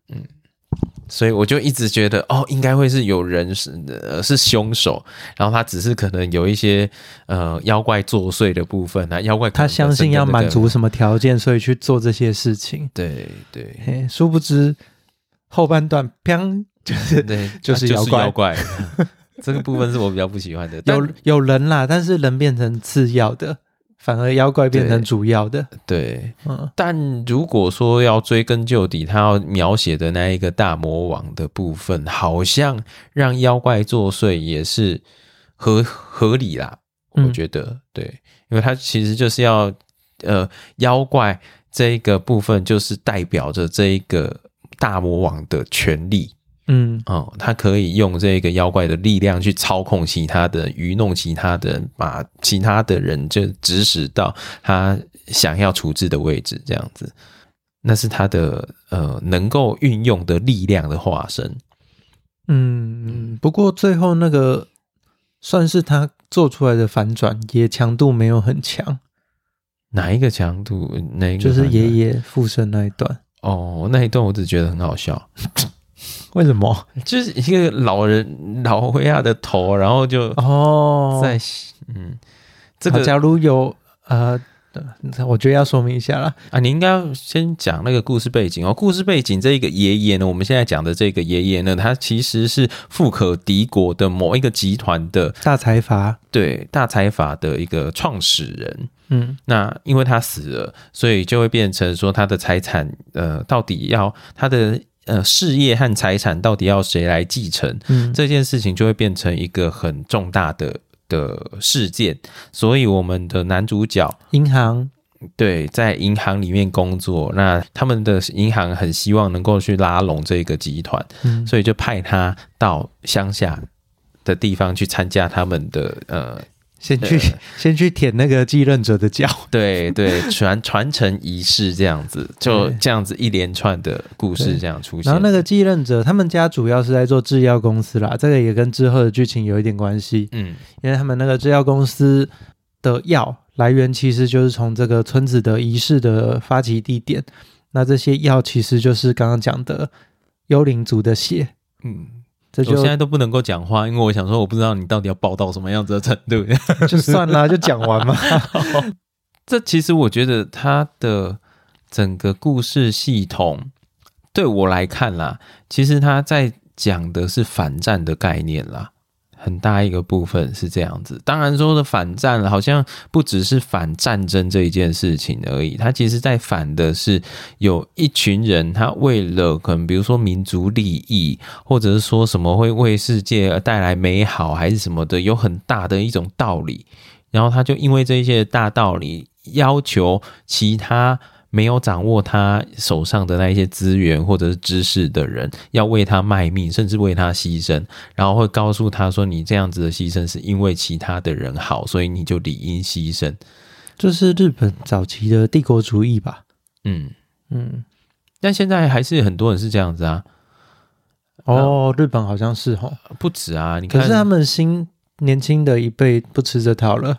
S2: 所以我就一直觉得，哦，应该会是有人是呃是凶手，然后他只是可能有一些呃妖怪作祟的部分啊，妖怪可
S1: 他
S2: 能
S1: 相信要满足什么条件，所以去做这些事情。
S2: 本身的那个，对对
S1: 嘿，殊不知后半段砰， 就是
S2: 对，
S1: 就是
S2: 啊
S1: 妖怪
S2: 这个部分是我比较不喜欢的。但
S1: 有有人啦，但是人变成次要的，反而妖怪变成
S2: 对
S1: 主要的。
S2: 对，
S1: 嗯，
S2: 但如果说要追根究底，他要描写的那一个大魔王的部分，好像让妖怪作祟也是合合理啦。
S1: 嗯
S2: 我觉得、对，因为他其实就是要呃，妖怪这一个部分就是代表着这一个大魔王的权利。
S1: 嗯
S2: 哦，他可以用这个妖怪的力量去操控其他的人，愚弄其他的人，把其他的人就指使到他想要处置的位置，这样子。那是他的呃能够运用的力量的化身。
S1: 嗯，不过最后那个算是他做出来的反转，也强度没有很强，
S2: 哪一个强度？哪一个
S1: 就是
S2: 反转
S1: 爷爷附身那一段。
S2: 哦，那一段我只觉得很好笑，
S1: 为什么？
S2: 就是一个老人老灰亚的头，然后就
S1: 哦，
S2: 在、嗯，这
S1: 好
S2: 个
S1: 假如有呃，我觉得要说明一下啦。
S2: 啊，你应该要先讲那个故事背景哦。故事背景这一个爷爷呢，我们现在讲的这个爷爷呢，他其实是富可敌国的某一个集团的
S1: 大财阀，
S2: 对大财阀的一个创始人。
S1: 嗯
S2: 那因为他死了，所以就会变成说他的财产呃，到底要他的呃事业和财产到底要谁来继承？
S1: 嗯，
S2: 这件事情就会变成一个很重大的的事件。所以我们的男主角
S1: 银行，
S2: 对，在银行里面工作，那他们的银行很希望能够去拉拢这个集团，
S1: 嗯，
S2: 所以就派他到乡下的地方去参加他们的呃，
S1: 先去、
S2: 呃
S1: 先去舔那个继任者的脚。
S2: 对对， 传传承仪式这样子，就
S1: 对
S2: 这样子一连串的故事
S1: 对
S2: 这样出
S1: 然
S2: 现。
S1: 后那个继任者，他们家主要是在做制药公司啦，这个也跟之后的剧情有一点关系。
S2: 嗯，
S1: 因为他们那个制药公司的药来源其实就是从这个村子的仪式的发起地点。那这些药其实就是刚刚讲的幽灵族的血，
S2: 嗯，
S1: 这
S2: 我
S1: 就
S2: 现在都不能够讲话，因为我想说，我不知道你到底要报到什么样子的程度。
S1: 就算啦，就讲完嘛。
S2: 这其实我觉得它的整个故事系统，对我来看啦，其实它在讲的是反战的概念啦，很大一个部分是这样子。当然说的反战好像不只是反战争这一件事情而已，它其实在反的是有一群人，他为了可能比如说民族利益，或者是说什么会为世界带来美好还是什么的，有很大的一种道理。然后他就因为这些大道理，要求其他没有掌握他手上的那一些资源或者是知识的人，要为他卖命，甚至为他牺牲，然后会告诉他说：“你这样子的牺牲是因为其他的人好，所以你就理应牺牲。
S1: 就是日本早期的帝国主义吧。”
S2: 嗯，
S1: 嗯，
S2: 但现在还是很多人是这样子啊，
S1: 哦，日本好像是吼，
S2: 不止啊，你看，
S1: 可是他们新年轻的一辈不吃这套了。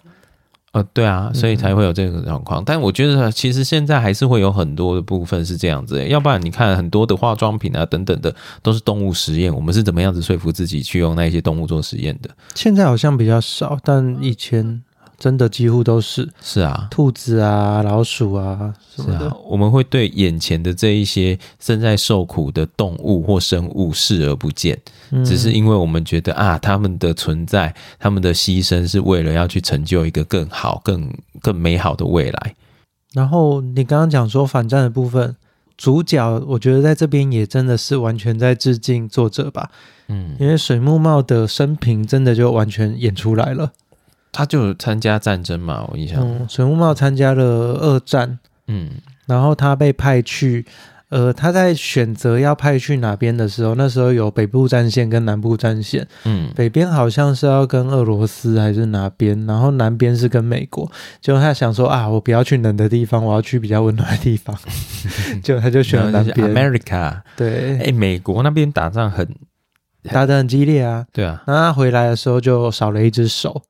S2: 呃，对啊，所以才会有这个状况。但我觉得其实现在还是会有很多的部分是这样子、欸要不然你看很多的化妆品啊等等的都是动物实验，我们是怎么样子说服自己去用那一些动物做实验的？
S1: 现在好像比较少，但以前真的几乎都是
S2: 是啊，
S1: 兔子啊、老鼠啊什
S2: 是
S1: 么的。
S2: 啊，我们会对眼前的这一些正在受苦的动物或生物视而不见，
S1: 嗯
S2: 只是因为我们觉得啊，他们的存在、他们的牺牲是为了要去成就一个更好、更更美好的未来。
S1: 然后你刚刚讲说反战的部分，主角我觉得在这边也真的是完全在致敬作者吧，
S2: 嗯，
S1: 因为水木茂的生平真的就完全演出来了。
S2: 他就有参加战争嘛，我印象，
S1: 嗯，水木茂参加了二战，
S2: 嗯
S1: 然后他被派去，呃，他在选择要派去哪边的时候，那时候有北部战线跟南部战线，
S2: 嗯
S1: 北边好像是要跟俄罗斯还是哪边，然后南边是跟美国。结果他想说啊，我不要去冷的地方，我要去比较温暖的地方。 结果他就选了
S2: 然
S1: 南
S2: 后就是
S1: 边，
S2: America，
S1: 对，
S2: 哎、美国那边打仗很
S1: 打得很激烈啊。
S2: 对啊，
S1: 那他回来的时候就少了一只手，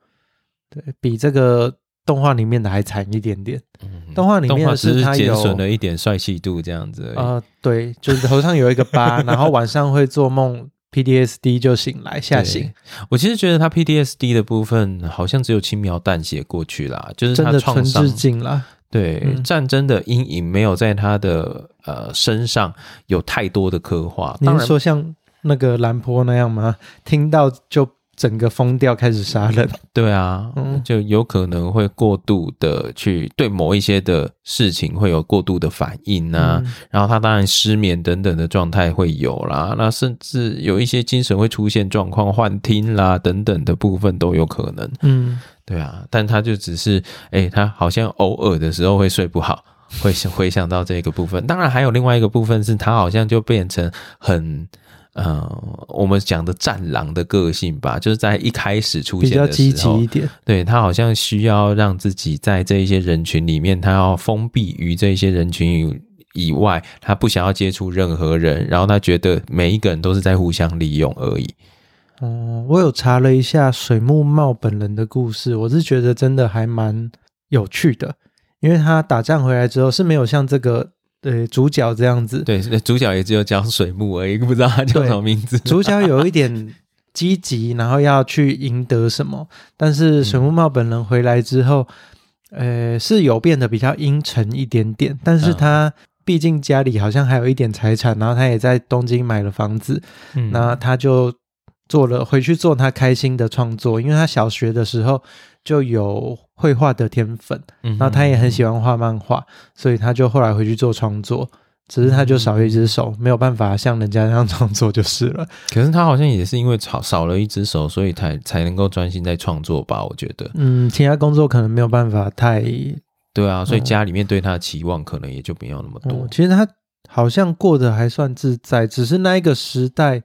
S1: 对比这个动画里面的还惨一点点。
S2: 嗯
S1: 动画里面
S2: 动画
S1: 的
S2: 只
S1: 他
S2: 是减
S1: 有
S2: 损了一点帅气度这样子而已。
S1: 啊、对，就是头上有一个 疤，然后晚上会做梦，PDSD 就醒来吓醒
S2: 对，。我其实觉得他 PTSD 的部分好像只有轻描淡写过去啦，就是
S1: 真
S2: 他
S1: 的
S2: 创
S1: 纯
S2: 伤
S1: 致敬啦。
S2: 对、
S1: 嗯
S2: 战争的阴影没有在他的呃身上有太多的刻画。
S1: 你
S2: 当
S1: 是
S2: 然，
S1: 说像那个兰坡那样吗？听到就整个疯掉，开始杀人。
S2: 对啊，
S1: 嗯
S2: 就有可能会过度的去对某一些的事情会有过度的反应啊，
S1: 嗯
S2: 然后他当然失眠等等的状态会有啦，那甚至有一些精神会出现状况、幻听啦等等的部分都有可能。
S1: 嗯，
S2: 对啊，但他就只是，哎、他好像偶尔的时候会睡不好， 会想回想到这个部分。当然，还有另外一个部分是他好像就变成很，呃，我们讲的战狼的个性吧，就是在一开始出
S1: 比
S2: 现
S1: 较
S2: 的时候，
S1: 积极一点。
S2: 对他好像需要让自己在这一些人群里面，他要封闭于这一些人群以以外，他不想要接触任何人，然后他觉得每一个人都是在互相利用而已。
S1: 哦、我有查了一下水木茂本人的故事，我是觉得真的还蛮有趣的，因为他打仗回来之后是没有像这个呃主角这样子，
S2: 对，主角也只有叫水木而已，不知道他叫
S1: 对
S2: 什么名字。
S1: 主角有一点积极，然后要去赢得什么，但
S2: 嗯
S1: 是水木茂本人回来之后，呃，是有变得比较阴沉一点点，但是他。
S2: 嗯
S1: 毕竟家里好像还有一点财产，然后他也在东京买了房子，
S2: 嗯
S1: 那他就做了回去做他开心的创作，因为他小学的时候就有绘画的天分，
S2: 嗯哼
S1: 然后他也很喜欢画漫画，所以他就后来回去做创作。只是他就少一只手，没有办法像人家那样创作就是了。
S2: 可是他好像也是因为少少了一只手，所以才才能够专心在创作吧？我觉得，
S1: 嗯，其他工作可能没有办法太……
S2: 对啊，所以
S1: 嗯
S2: 家里面对他的期望可能也就没有那么多
S1: 嗯，。其实他好像过得还算自在，只是那一个时代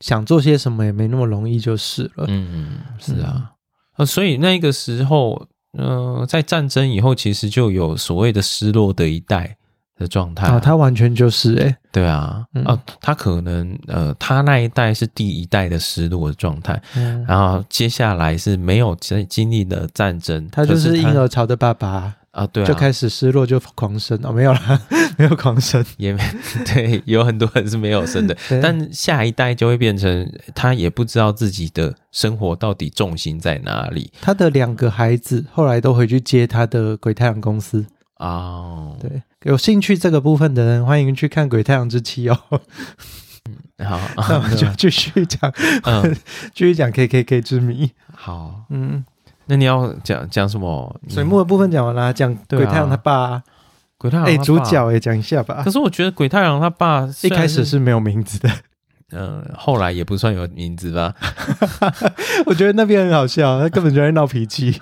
S1: 想做些什么也没那么容易就是了。
S2: 嗯，是啊，呃，所以那个时候，嗯、在战争以后，其实就有所谓的失落的一代的状态、
S1: 啊，他完全就是哎、欸
S2: 对啊，
S1: 嗯
S2: 啊，他可能呃，他那一代是第一代的失落的状态，
S1: 嗯
S2: 然后接下来是没有经经历了战争，
S1: 他就
S2: 可
S1: 是
S2: 是
S1: 婴儿潮的爸爸。
S2: 啊，对啊，
S1: 就开始失落，就狂生哦，没有啦， 没有狂生，
S2: 也没 对，有很多人是没有生的，
S1: 对
S2: 但下一代就会变成他也不知道自己的生活到底重心在哪里
S1: 他的两个孩子后来都回去接他的鬼太阳公司。
S2: 哦。
S1: 对，有兴趣这个部分的人，欢迎去看《鬼太阳之妻》 哦。
S2: 好，
S1: 那我们就继续讲，
S2: 嗯，
S1: 继续讲 K K K 之谜。
S2: 好，
S1: 嗯，
S2: 那你要讲讲什么？
S1: 水木的部分讲完啦，讲
S2: 嗯对啊
S1: 鬼太阳他爸，
S2: 鬼太郎，
S1: 哎，主角。啊也讲一下吧
S2: 可。是我觉得鬼太郎他爸
S1: 一
S2: 虽然
S1: 开始，是没有名字的，
S2: 嗯、后来也不算有名字吧。
S1: 我觉得那边很好笑，他根本就在闹脾气。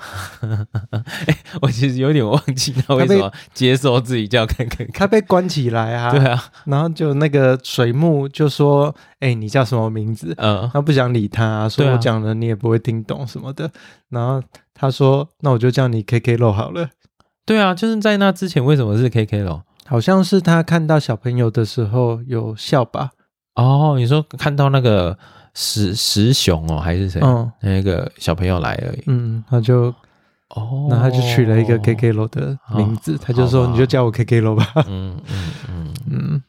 S2: 我其实有点忘记他为什么接受自己叫看看看。
S1: 他被关起来啊，
S2: 对啊，
S1: 然后就那个水木就说：“哎，你叫什么名字？”
S2: 嗯、
S1: 他不想理他、说
S2: 对啊
S1: 我讲了你也不会听懂什么的。然后他说：“那我就叫你 K K 肉好了。
S2: 对啊，就是在那之前为什么是 K K 咯？”
S1: 好像是他看到小朋友的时候有笑吧？
S2: 哦，你说看到那个石石雄哦，还是谁？
S1: 嗯
S2: 那个小朋友来而已。
S1: 嗯，他就
S2: 哦
S1: 那他就取了一个 KK 楼的名字，他就说
S2: 好吧
S1: 你就叫我 KK 楼吧。
S2: 嗯嗯嗯，
S1: 嗯，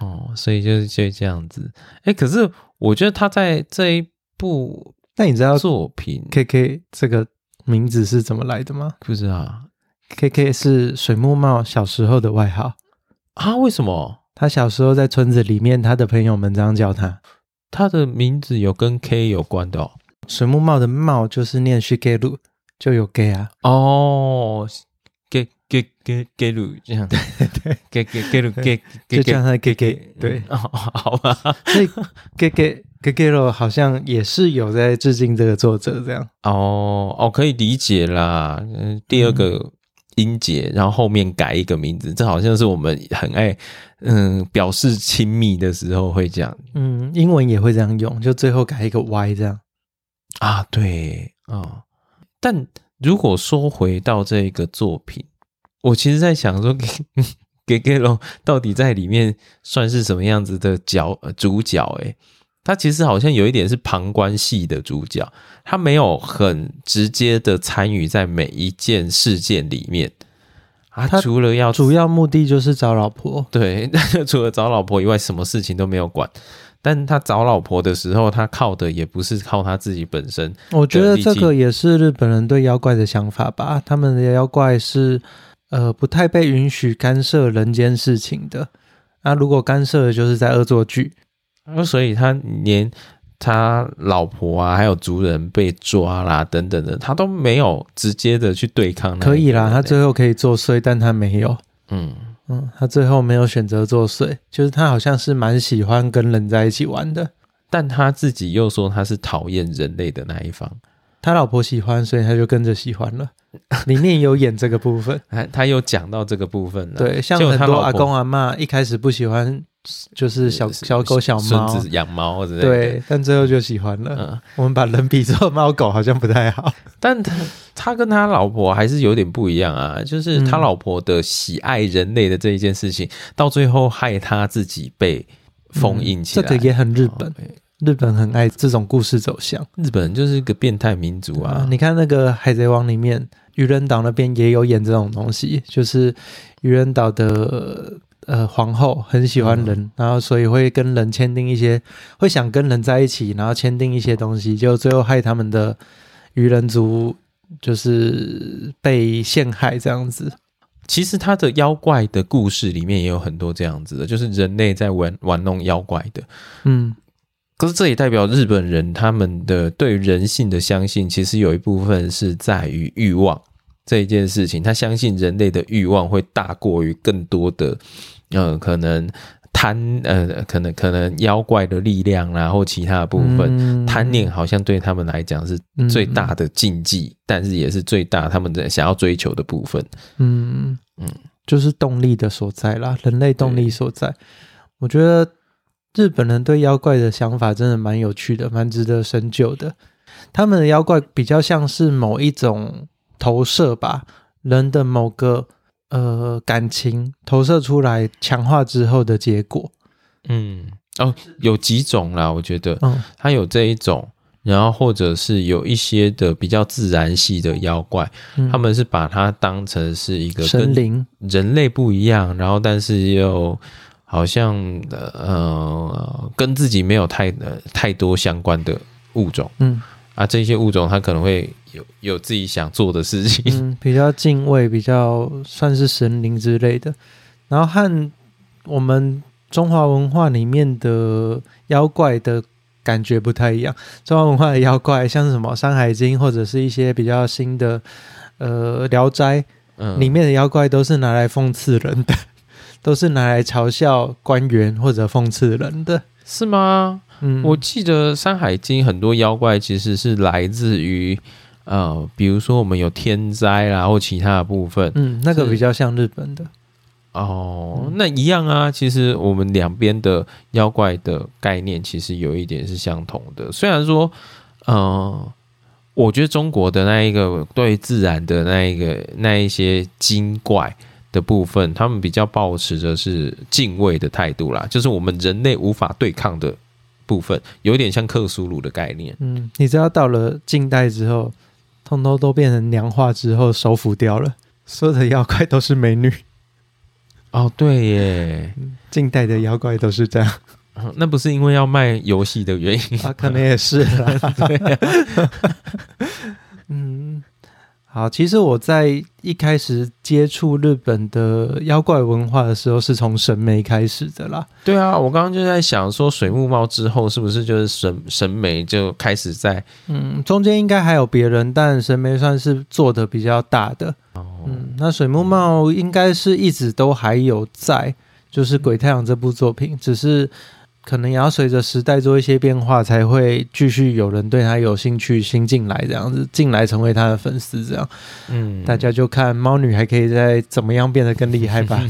S2: 哦，所以就是就这样子。哎，可是我觉得他在这一部
S1: 那你知道
S2: 作品
S1: KK 这个名字是怎么来的吗
S2: 不知道
S1: ？KK 是水木茂小时候的外号，
S2: 啊，为什么
S1: 他小时候在村子里面，他的朋友们这样叫他。
S2: 他的名字有跟 K 有关的哦？
S1: 水木茂的茂就是念 shigay 路，就有 gay 啊。
S2: 哦，get get get get 鲁这样，对对，get get get 鲁 get
S1: 就
S2: get
S1: 叫
S2: get
S1: 他 gay gay，对
S2: 对，，哦，好 吧，
S1: 所以 gay gay gay gay 咯好像也是有在致敬这个作者这样，
S2: 哦哦，可以理解啦。嗯，第二个音节，然后后面改一个名字，这好像是我们很爱嗯表示亲密的时候会这样
S1: 嗯，英文也会这样用，就最后改一个 y 这样，
S2: 啊，对啊、哦但如果说回到这个作品，我其实在想说，给给给龙到底在里面算是什么样子的角、呃、主角？诶，他其实好像有一点是旁观系的主角，他没有很直接的参与在每一件事件里面。啊，
S1: 他
S2: 除了要
S1: 主要目的就是找老婆。
S2: 对， 除了找老婆以外，什么事情都没有管。但他找老婆的时候，他靠的也不是靠他自己本身，
S1: 我觉得
S2: 对
S1: 这
S2: 毕
S1: 个
S2: 竟
S1: 也是日本人对妖怪的想法吧，他们的妖怪是呃不太被允许干涉人间事情的。那、如果干涉，就是在恶作剧。
S2: 那所以他连他老婆啊，还有族人被抓啦等等的，他都没有直接的去对抗那一个人欸。
S1: 可以啦，他最后可以作祟，但他没有。
S2: 嗯
S1: 嗯，他最后没有选择作祟，就是他好像是蛮喜欢跟人在一起玩的。
S2: 但他自己又说他是讨厌人类的那一方，
S1: 他老婆喜欢，所以他就跟着喜欢 了。里面有演这个部分，
S2: 他他有讲到这个部分了。
S1: 对，像
S2: 结果
S1: 很
S2: 他
S1: 多
S2: 老
S1: 阿
S2: 婆呃
S1: 公阿嬷一开始不喜欢，就是小小狗小猫
S2: 孙子，养猫之类的。
S1: 对，但最后就喜欢了。
S2: 嗯，
S1: 我们把人比作猫狗好像不太好。
S2: 但他他跟他老婆还是有点不一样啊，就是他
S1: 嗯
S2: 老婆的喜爱人类的这一件事情，到最后害他自己被封印起
S1: 嗯这
S2: 来。
S1: 个也很日
S2: 哦
S1: 本，
S2: 对
S1: 日本很爱这种故事走向
S2: 日本人就是个变态民族啊！
S1: 你看那个《海贼王》里面，愚人岛那边也有演这种东西，就是愚人岛的呃皇后很喜欢人，
S2: 嗯
S1: 然后所以会跟人签订一些，会想跟人在一起，然后签订一些东西，就最后害他们的愚人族就是被陷害这样子。
S2: 其实他的妖怪的故事里面也有很多这样子的，就是人类在玩玩弄妖怪的。
S1: 嗯，
S2: 可是这也代表日本人他们的对人性的相信，其实有一部分是在于欲望这一件事情。他相信人类的欲望会大过于更多的，呃，可能贪，呃，可能可能妖怪的力量啦，或其他的部分。
S1: 分
S2: 贪念好像对他们来讲是最
S1: 嗯
S2: 大的禁忌，但是也是最大他们的想要追求的部分。
S1: 嗯
S2: 嗯
S1: 嗯，就是动力的所在啦，人类动力所在。我觉得日本人对妖怪的想法真的蛮有趣的，蛮值得深究的。他们的妖怪比较像是某一种投射吧，人的某个呃感情投射出来强化之后的结果。
S2: 嗯，哦，有几种啦，我觉得
S1: 嗯
S2: 它有这一种，然后或者是有一些的比较自然系的妖怪，
S1: 嗯，
S2: 他们是把它当成是一个
S1: 神
S2: 跟
S1: 灵，
S2: 人类不一样，然后但是又好像呃呃跟自己没有太呃太多相关的物种
S1: 嗯
S2: 啊，这些物种它可能会有有自己想做的事情。
S1: 嗯，比较敬畏，比较算是神灵之类的。然后和我们中华文化里面的妖怪的感觉不太一样。中华文化的妖怪，像是什么《山海经》或者是一些比较新的呃《聊斋》
S2: 嗯，
S1: 里面的妖怪，都是拿来讽刺人的， 都是拿来嘲笑官员或者讽刺人的。
S2: 是吗？
S1: 嗯，
S2: 我记得《山海经》很多妖怪其实是来自于呃，比如说我们有天灾啦，或其他的部分。
S1: 嗯，那个
S2: 是
S1: 比较像日本的。
S2: 哦，那一样啊。其实我们两边的妖怪的概念其实有一点是相同的，虽然说，呃，我觉得中国的那一个对自然的那一个那一些精怪。的部分，他们比较保持着是敬畏的态度啦，就是我们人类无法对抗的部分，有点像克苏鲁的概念。
S1: 嗯，你知道到了近代之后，通通都变成娘化之后手腐掉了，所有的妖怪都是美女，
S2: 哦，对耶，
S1: 近代的妖怪都是这样
S2: 嗯 那不是因为要卖游戏的原因，
S1: 啊，可能也是啦。 嗯，好，其实我在一开始接触日本的妖怪文化的时候，是从审美开始的啦。
S2: 对啊，我刚刚就在想说，水木茂之后是不是就是审审美就开始在
S1: 嗯，中间应该还有别人，但神眉算是做的比较大的。
S2: 哦，
S1: 嗯，那水木茂应该是一直都还有在，就是《鬼太阳》这部作品，只是可能也要随着时代做一些变化，才会继续有人对他有兴趣，新进来这样子，进来成为他的粉丝这样。
S2: 嗯
S1: 大家就看猫女还可以再怎么样变得更厉害 吧。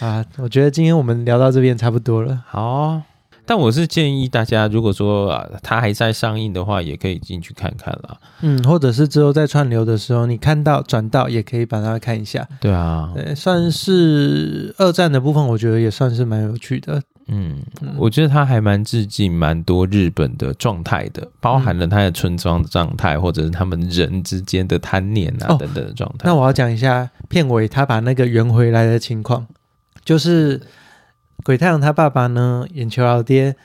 S1: 啊，我觉得今天我们聊到这边差不多了。
S2: 好哦、但我是建议大家，如果说啊，它还在上映的话，也可以进去看看啦。
S1: 嗯，或者是之后在串流的时候，你看到转到也可以把它看一下。
S2: 对啊，
S1: 对，算是二战的部分，我觉得也算是蛮有趣的。
S2: 嗯，
S1: 嗯
S2: 我觉得它还蛮致敬蛮多日本的状态的，包含了它的村庄的状态，或者是他们人之间的贪念啊、
S1: 哦
S2: 等等的状态。
S1: 那我要讲一下片尾他把那个圆回来的情况，就是鬼太阳他爸爸呢，眼球老爹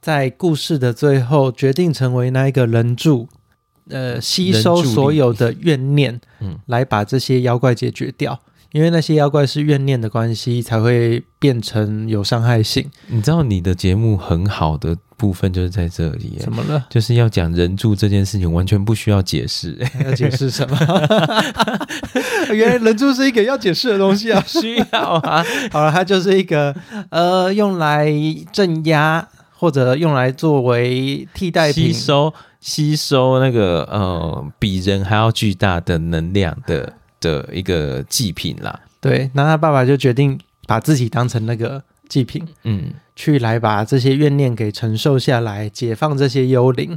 S1: 在故事的最后决定成为那一个人柱，呃，吸收
S2: 人柱力
S1: 所有的怨念，
S2: 嗯
S1: 来把这些妖怪解决掉。因为那些妖怪是怨念的关系，才会变成有伤害性。
S2: 你知道你的节目很好的部分就是在这里耶
S1: 怎么了？
S2: 就是要讲人柱这件事情，完全不需要解释。
S1: 还要解释什么？ 原来人柱是一个要解释的东西啊！
S2: 需要 啊，
S1: 好了，它就是一个呃，用来镇压或者用来作为替代
S2: 吸
S1: 品。
S2: 收吸收那个呃比人还要巨大的能量的的一个祭品啦。
S1: 对，那他爸爸就决定把自己当成那个祭品，
S2: 嗯，
S1: 去来把这些怨念给承受下来，解放这些幽灵。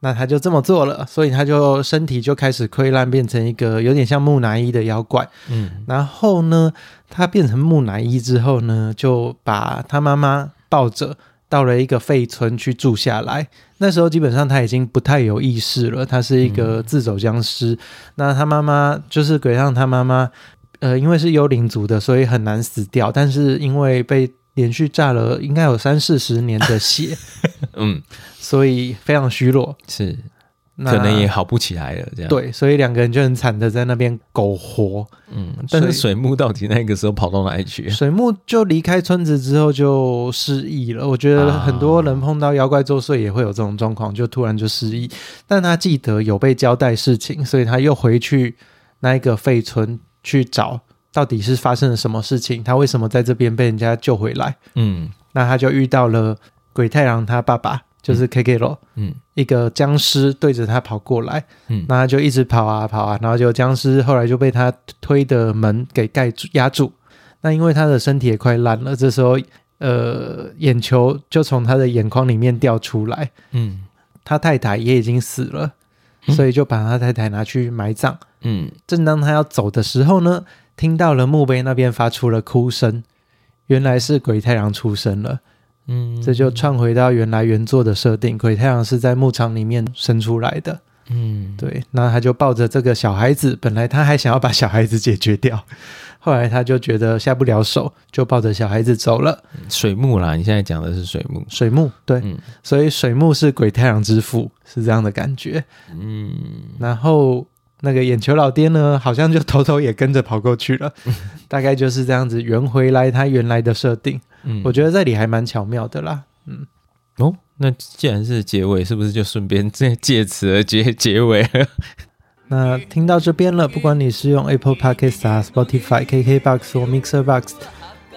S1: 那他就这么做了，所以他就身体就开始溃烂，变成一个有点像木乃伊的妖怪。
S2: 嗯，
S1: 然后呢，他变成木乃伊之后呢，就把他妈妈抱着到了一个废村去住下来。那时候基本上他已经不太有意识了，他是一
S2: 嗯
S1: 个自走僵尸。那他妈妈就是鬼让他妈妈，呃，因为是幽灵族的，所以很难死掉，但是因为被。连续炸了应该有三四十年的血，
S2: 嗯，
S1: 所以非常虚弱，
S2: 是，
S1: 那
S2: 可能也好不起来了，这样。，
S1: 对，所以两个人就很惨的在那边苟活。
S2: 嗯，但是
S1: 所
S2: 水木到底那个时候跑到哪里去？
S1: 水木就离开村子之后就失忆了。我觉得很多人碰到妖怪作祟也会有这种状况，就突然就失忆。但他记得有被交代事情，所以他又回去那一个废村去找到底是发生了什么事情，他为什么在这边被人家救回来？
S2: 嗯
S1: 那他就遇到了鬼太郎他爸爸，就是 K K 罗。
S2: 嗯
S1: 一个僵尸对着他跑过来，
S2: 嗯
S1: 那他就一直跑啊跑啊，然后就僵尸后来就被他推的门给盖住压住。那因为他的身体也快烂了，这时候呃眼球就从他的眼眶里面掉出来，
S2: 嗯
S1: 他太太也已经死了，所以就把他太太拿去埋葬。
S2: 嗯，
S1: 正当他要走的时候呢，听到了墓碑那边发出了哭声，原来是鬼太郎出生了。
S2: 嗯，
S1: 这就串回到原来原作的设定，鬼太阳是在牧场里面生出来的。
S2: 嗯
S1: 对，那他就抱着这个小孩子，本来他还想要把小孩子解决掉，后来他就觉得下不了手，就抱着小孩子走了。
S2: 水木啦，你现在讲的是水木。
S1: 水木对，
S2: 嗯
S1: 所以水木是鬼太阳之父，是这样的感觉。
S2: 嗯，
S1: 然后那个眼球老爹呢，好像就偷偷也跟着跑过去了，
S2: 嗯
S1: 大概就是这样子圆回来他原来的设定。
S2: 嗯
S1: 我觉得这里还蛮巧妙的啦。嗯
S2: 哦，那既然是结尾，是不是就顺便借借此而结结尾了？
S1: 那听到这边了，不管你是用 Apple Podcast 啊、Spotify、KKBox 或 Mixer Box，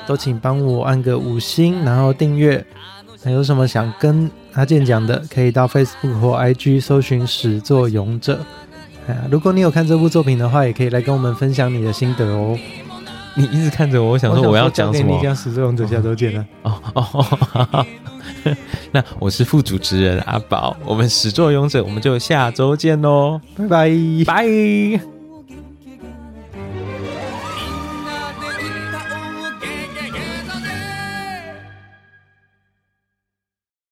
S1: 都请帮我按个五星，然后订阅。还有什么想跟阿健讲的，可以到 Facebook 或 IG 搜寻“始作俑者”啊。如果你有看这部作品的话，也可以来跟我们分享你的心得哦。
S2: 你一直看着我，我想说我要讲
S1: 我想
S2: 什
S1: 说交给
S2: 么
S1: 你？讲《始作俑者》下周见了，
S2: 哦哦哦 哈哈，那我是副主持人阿宝，我们始作俑者，我们就下周见喽，
S1: 拜拜。
S2: 拜。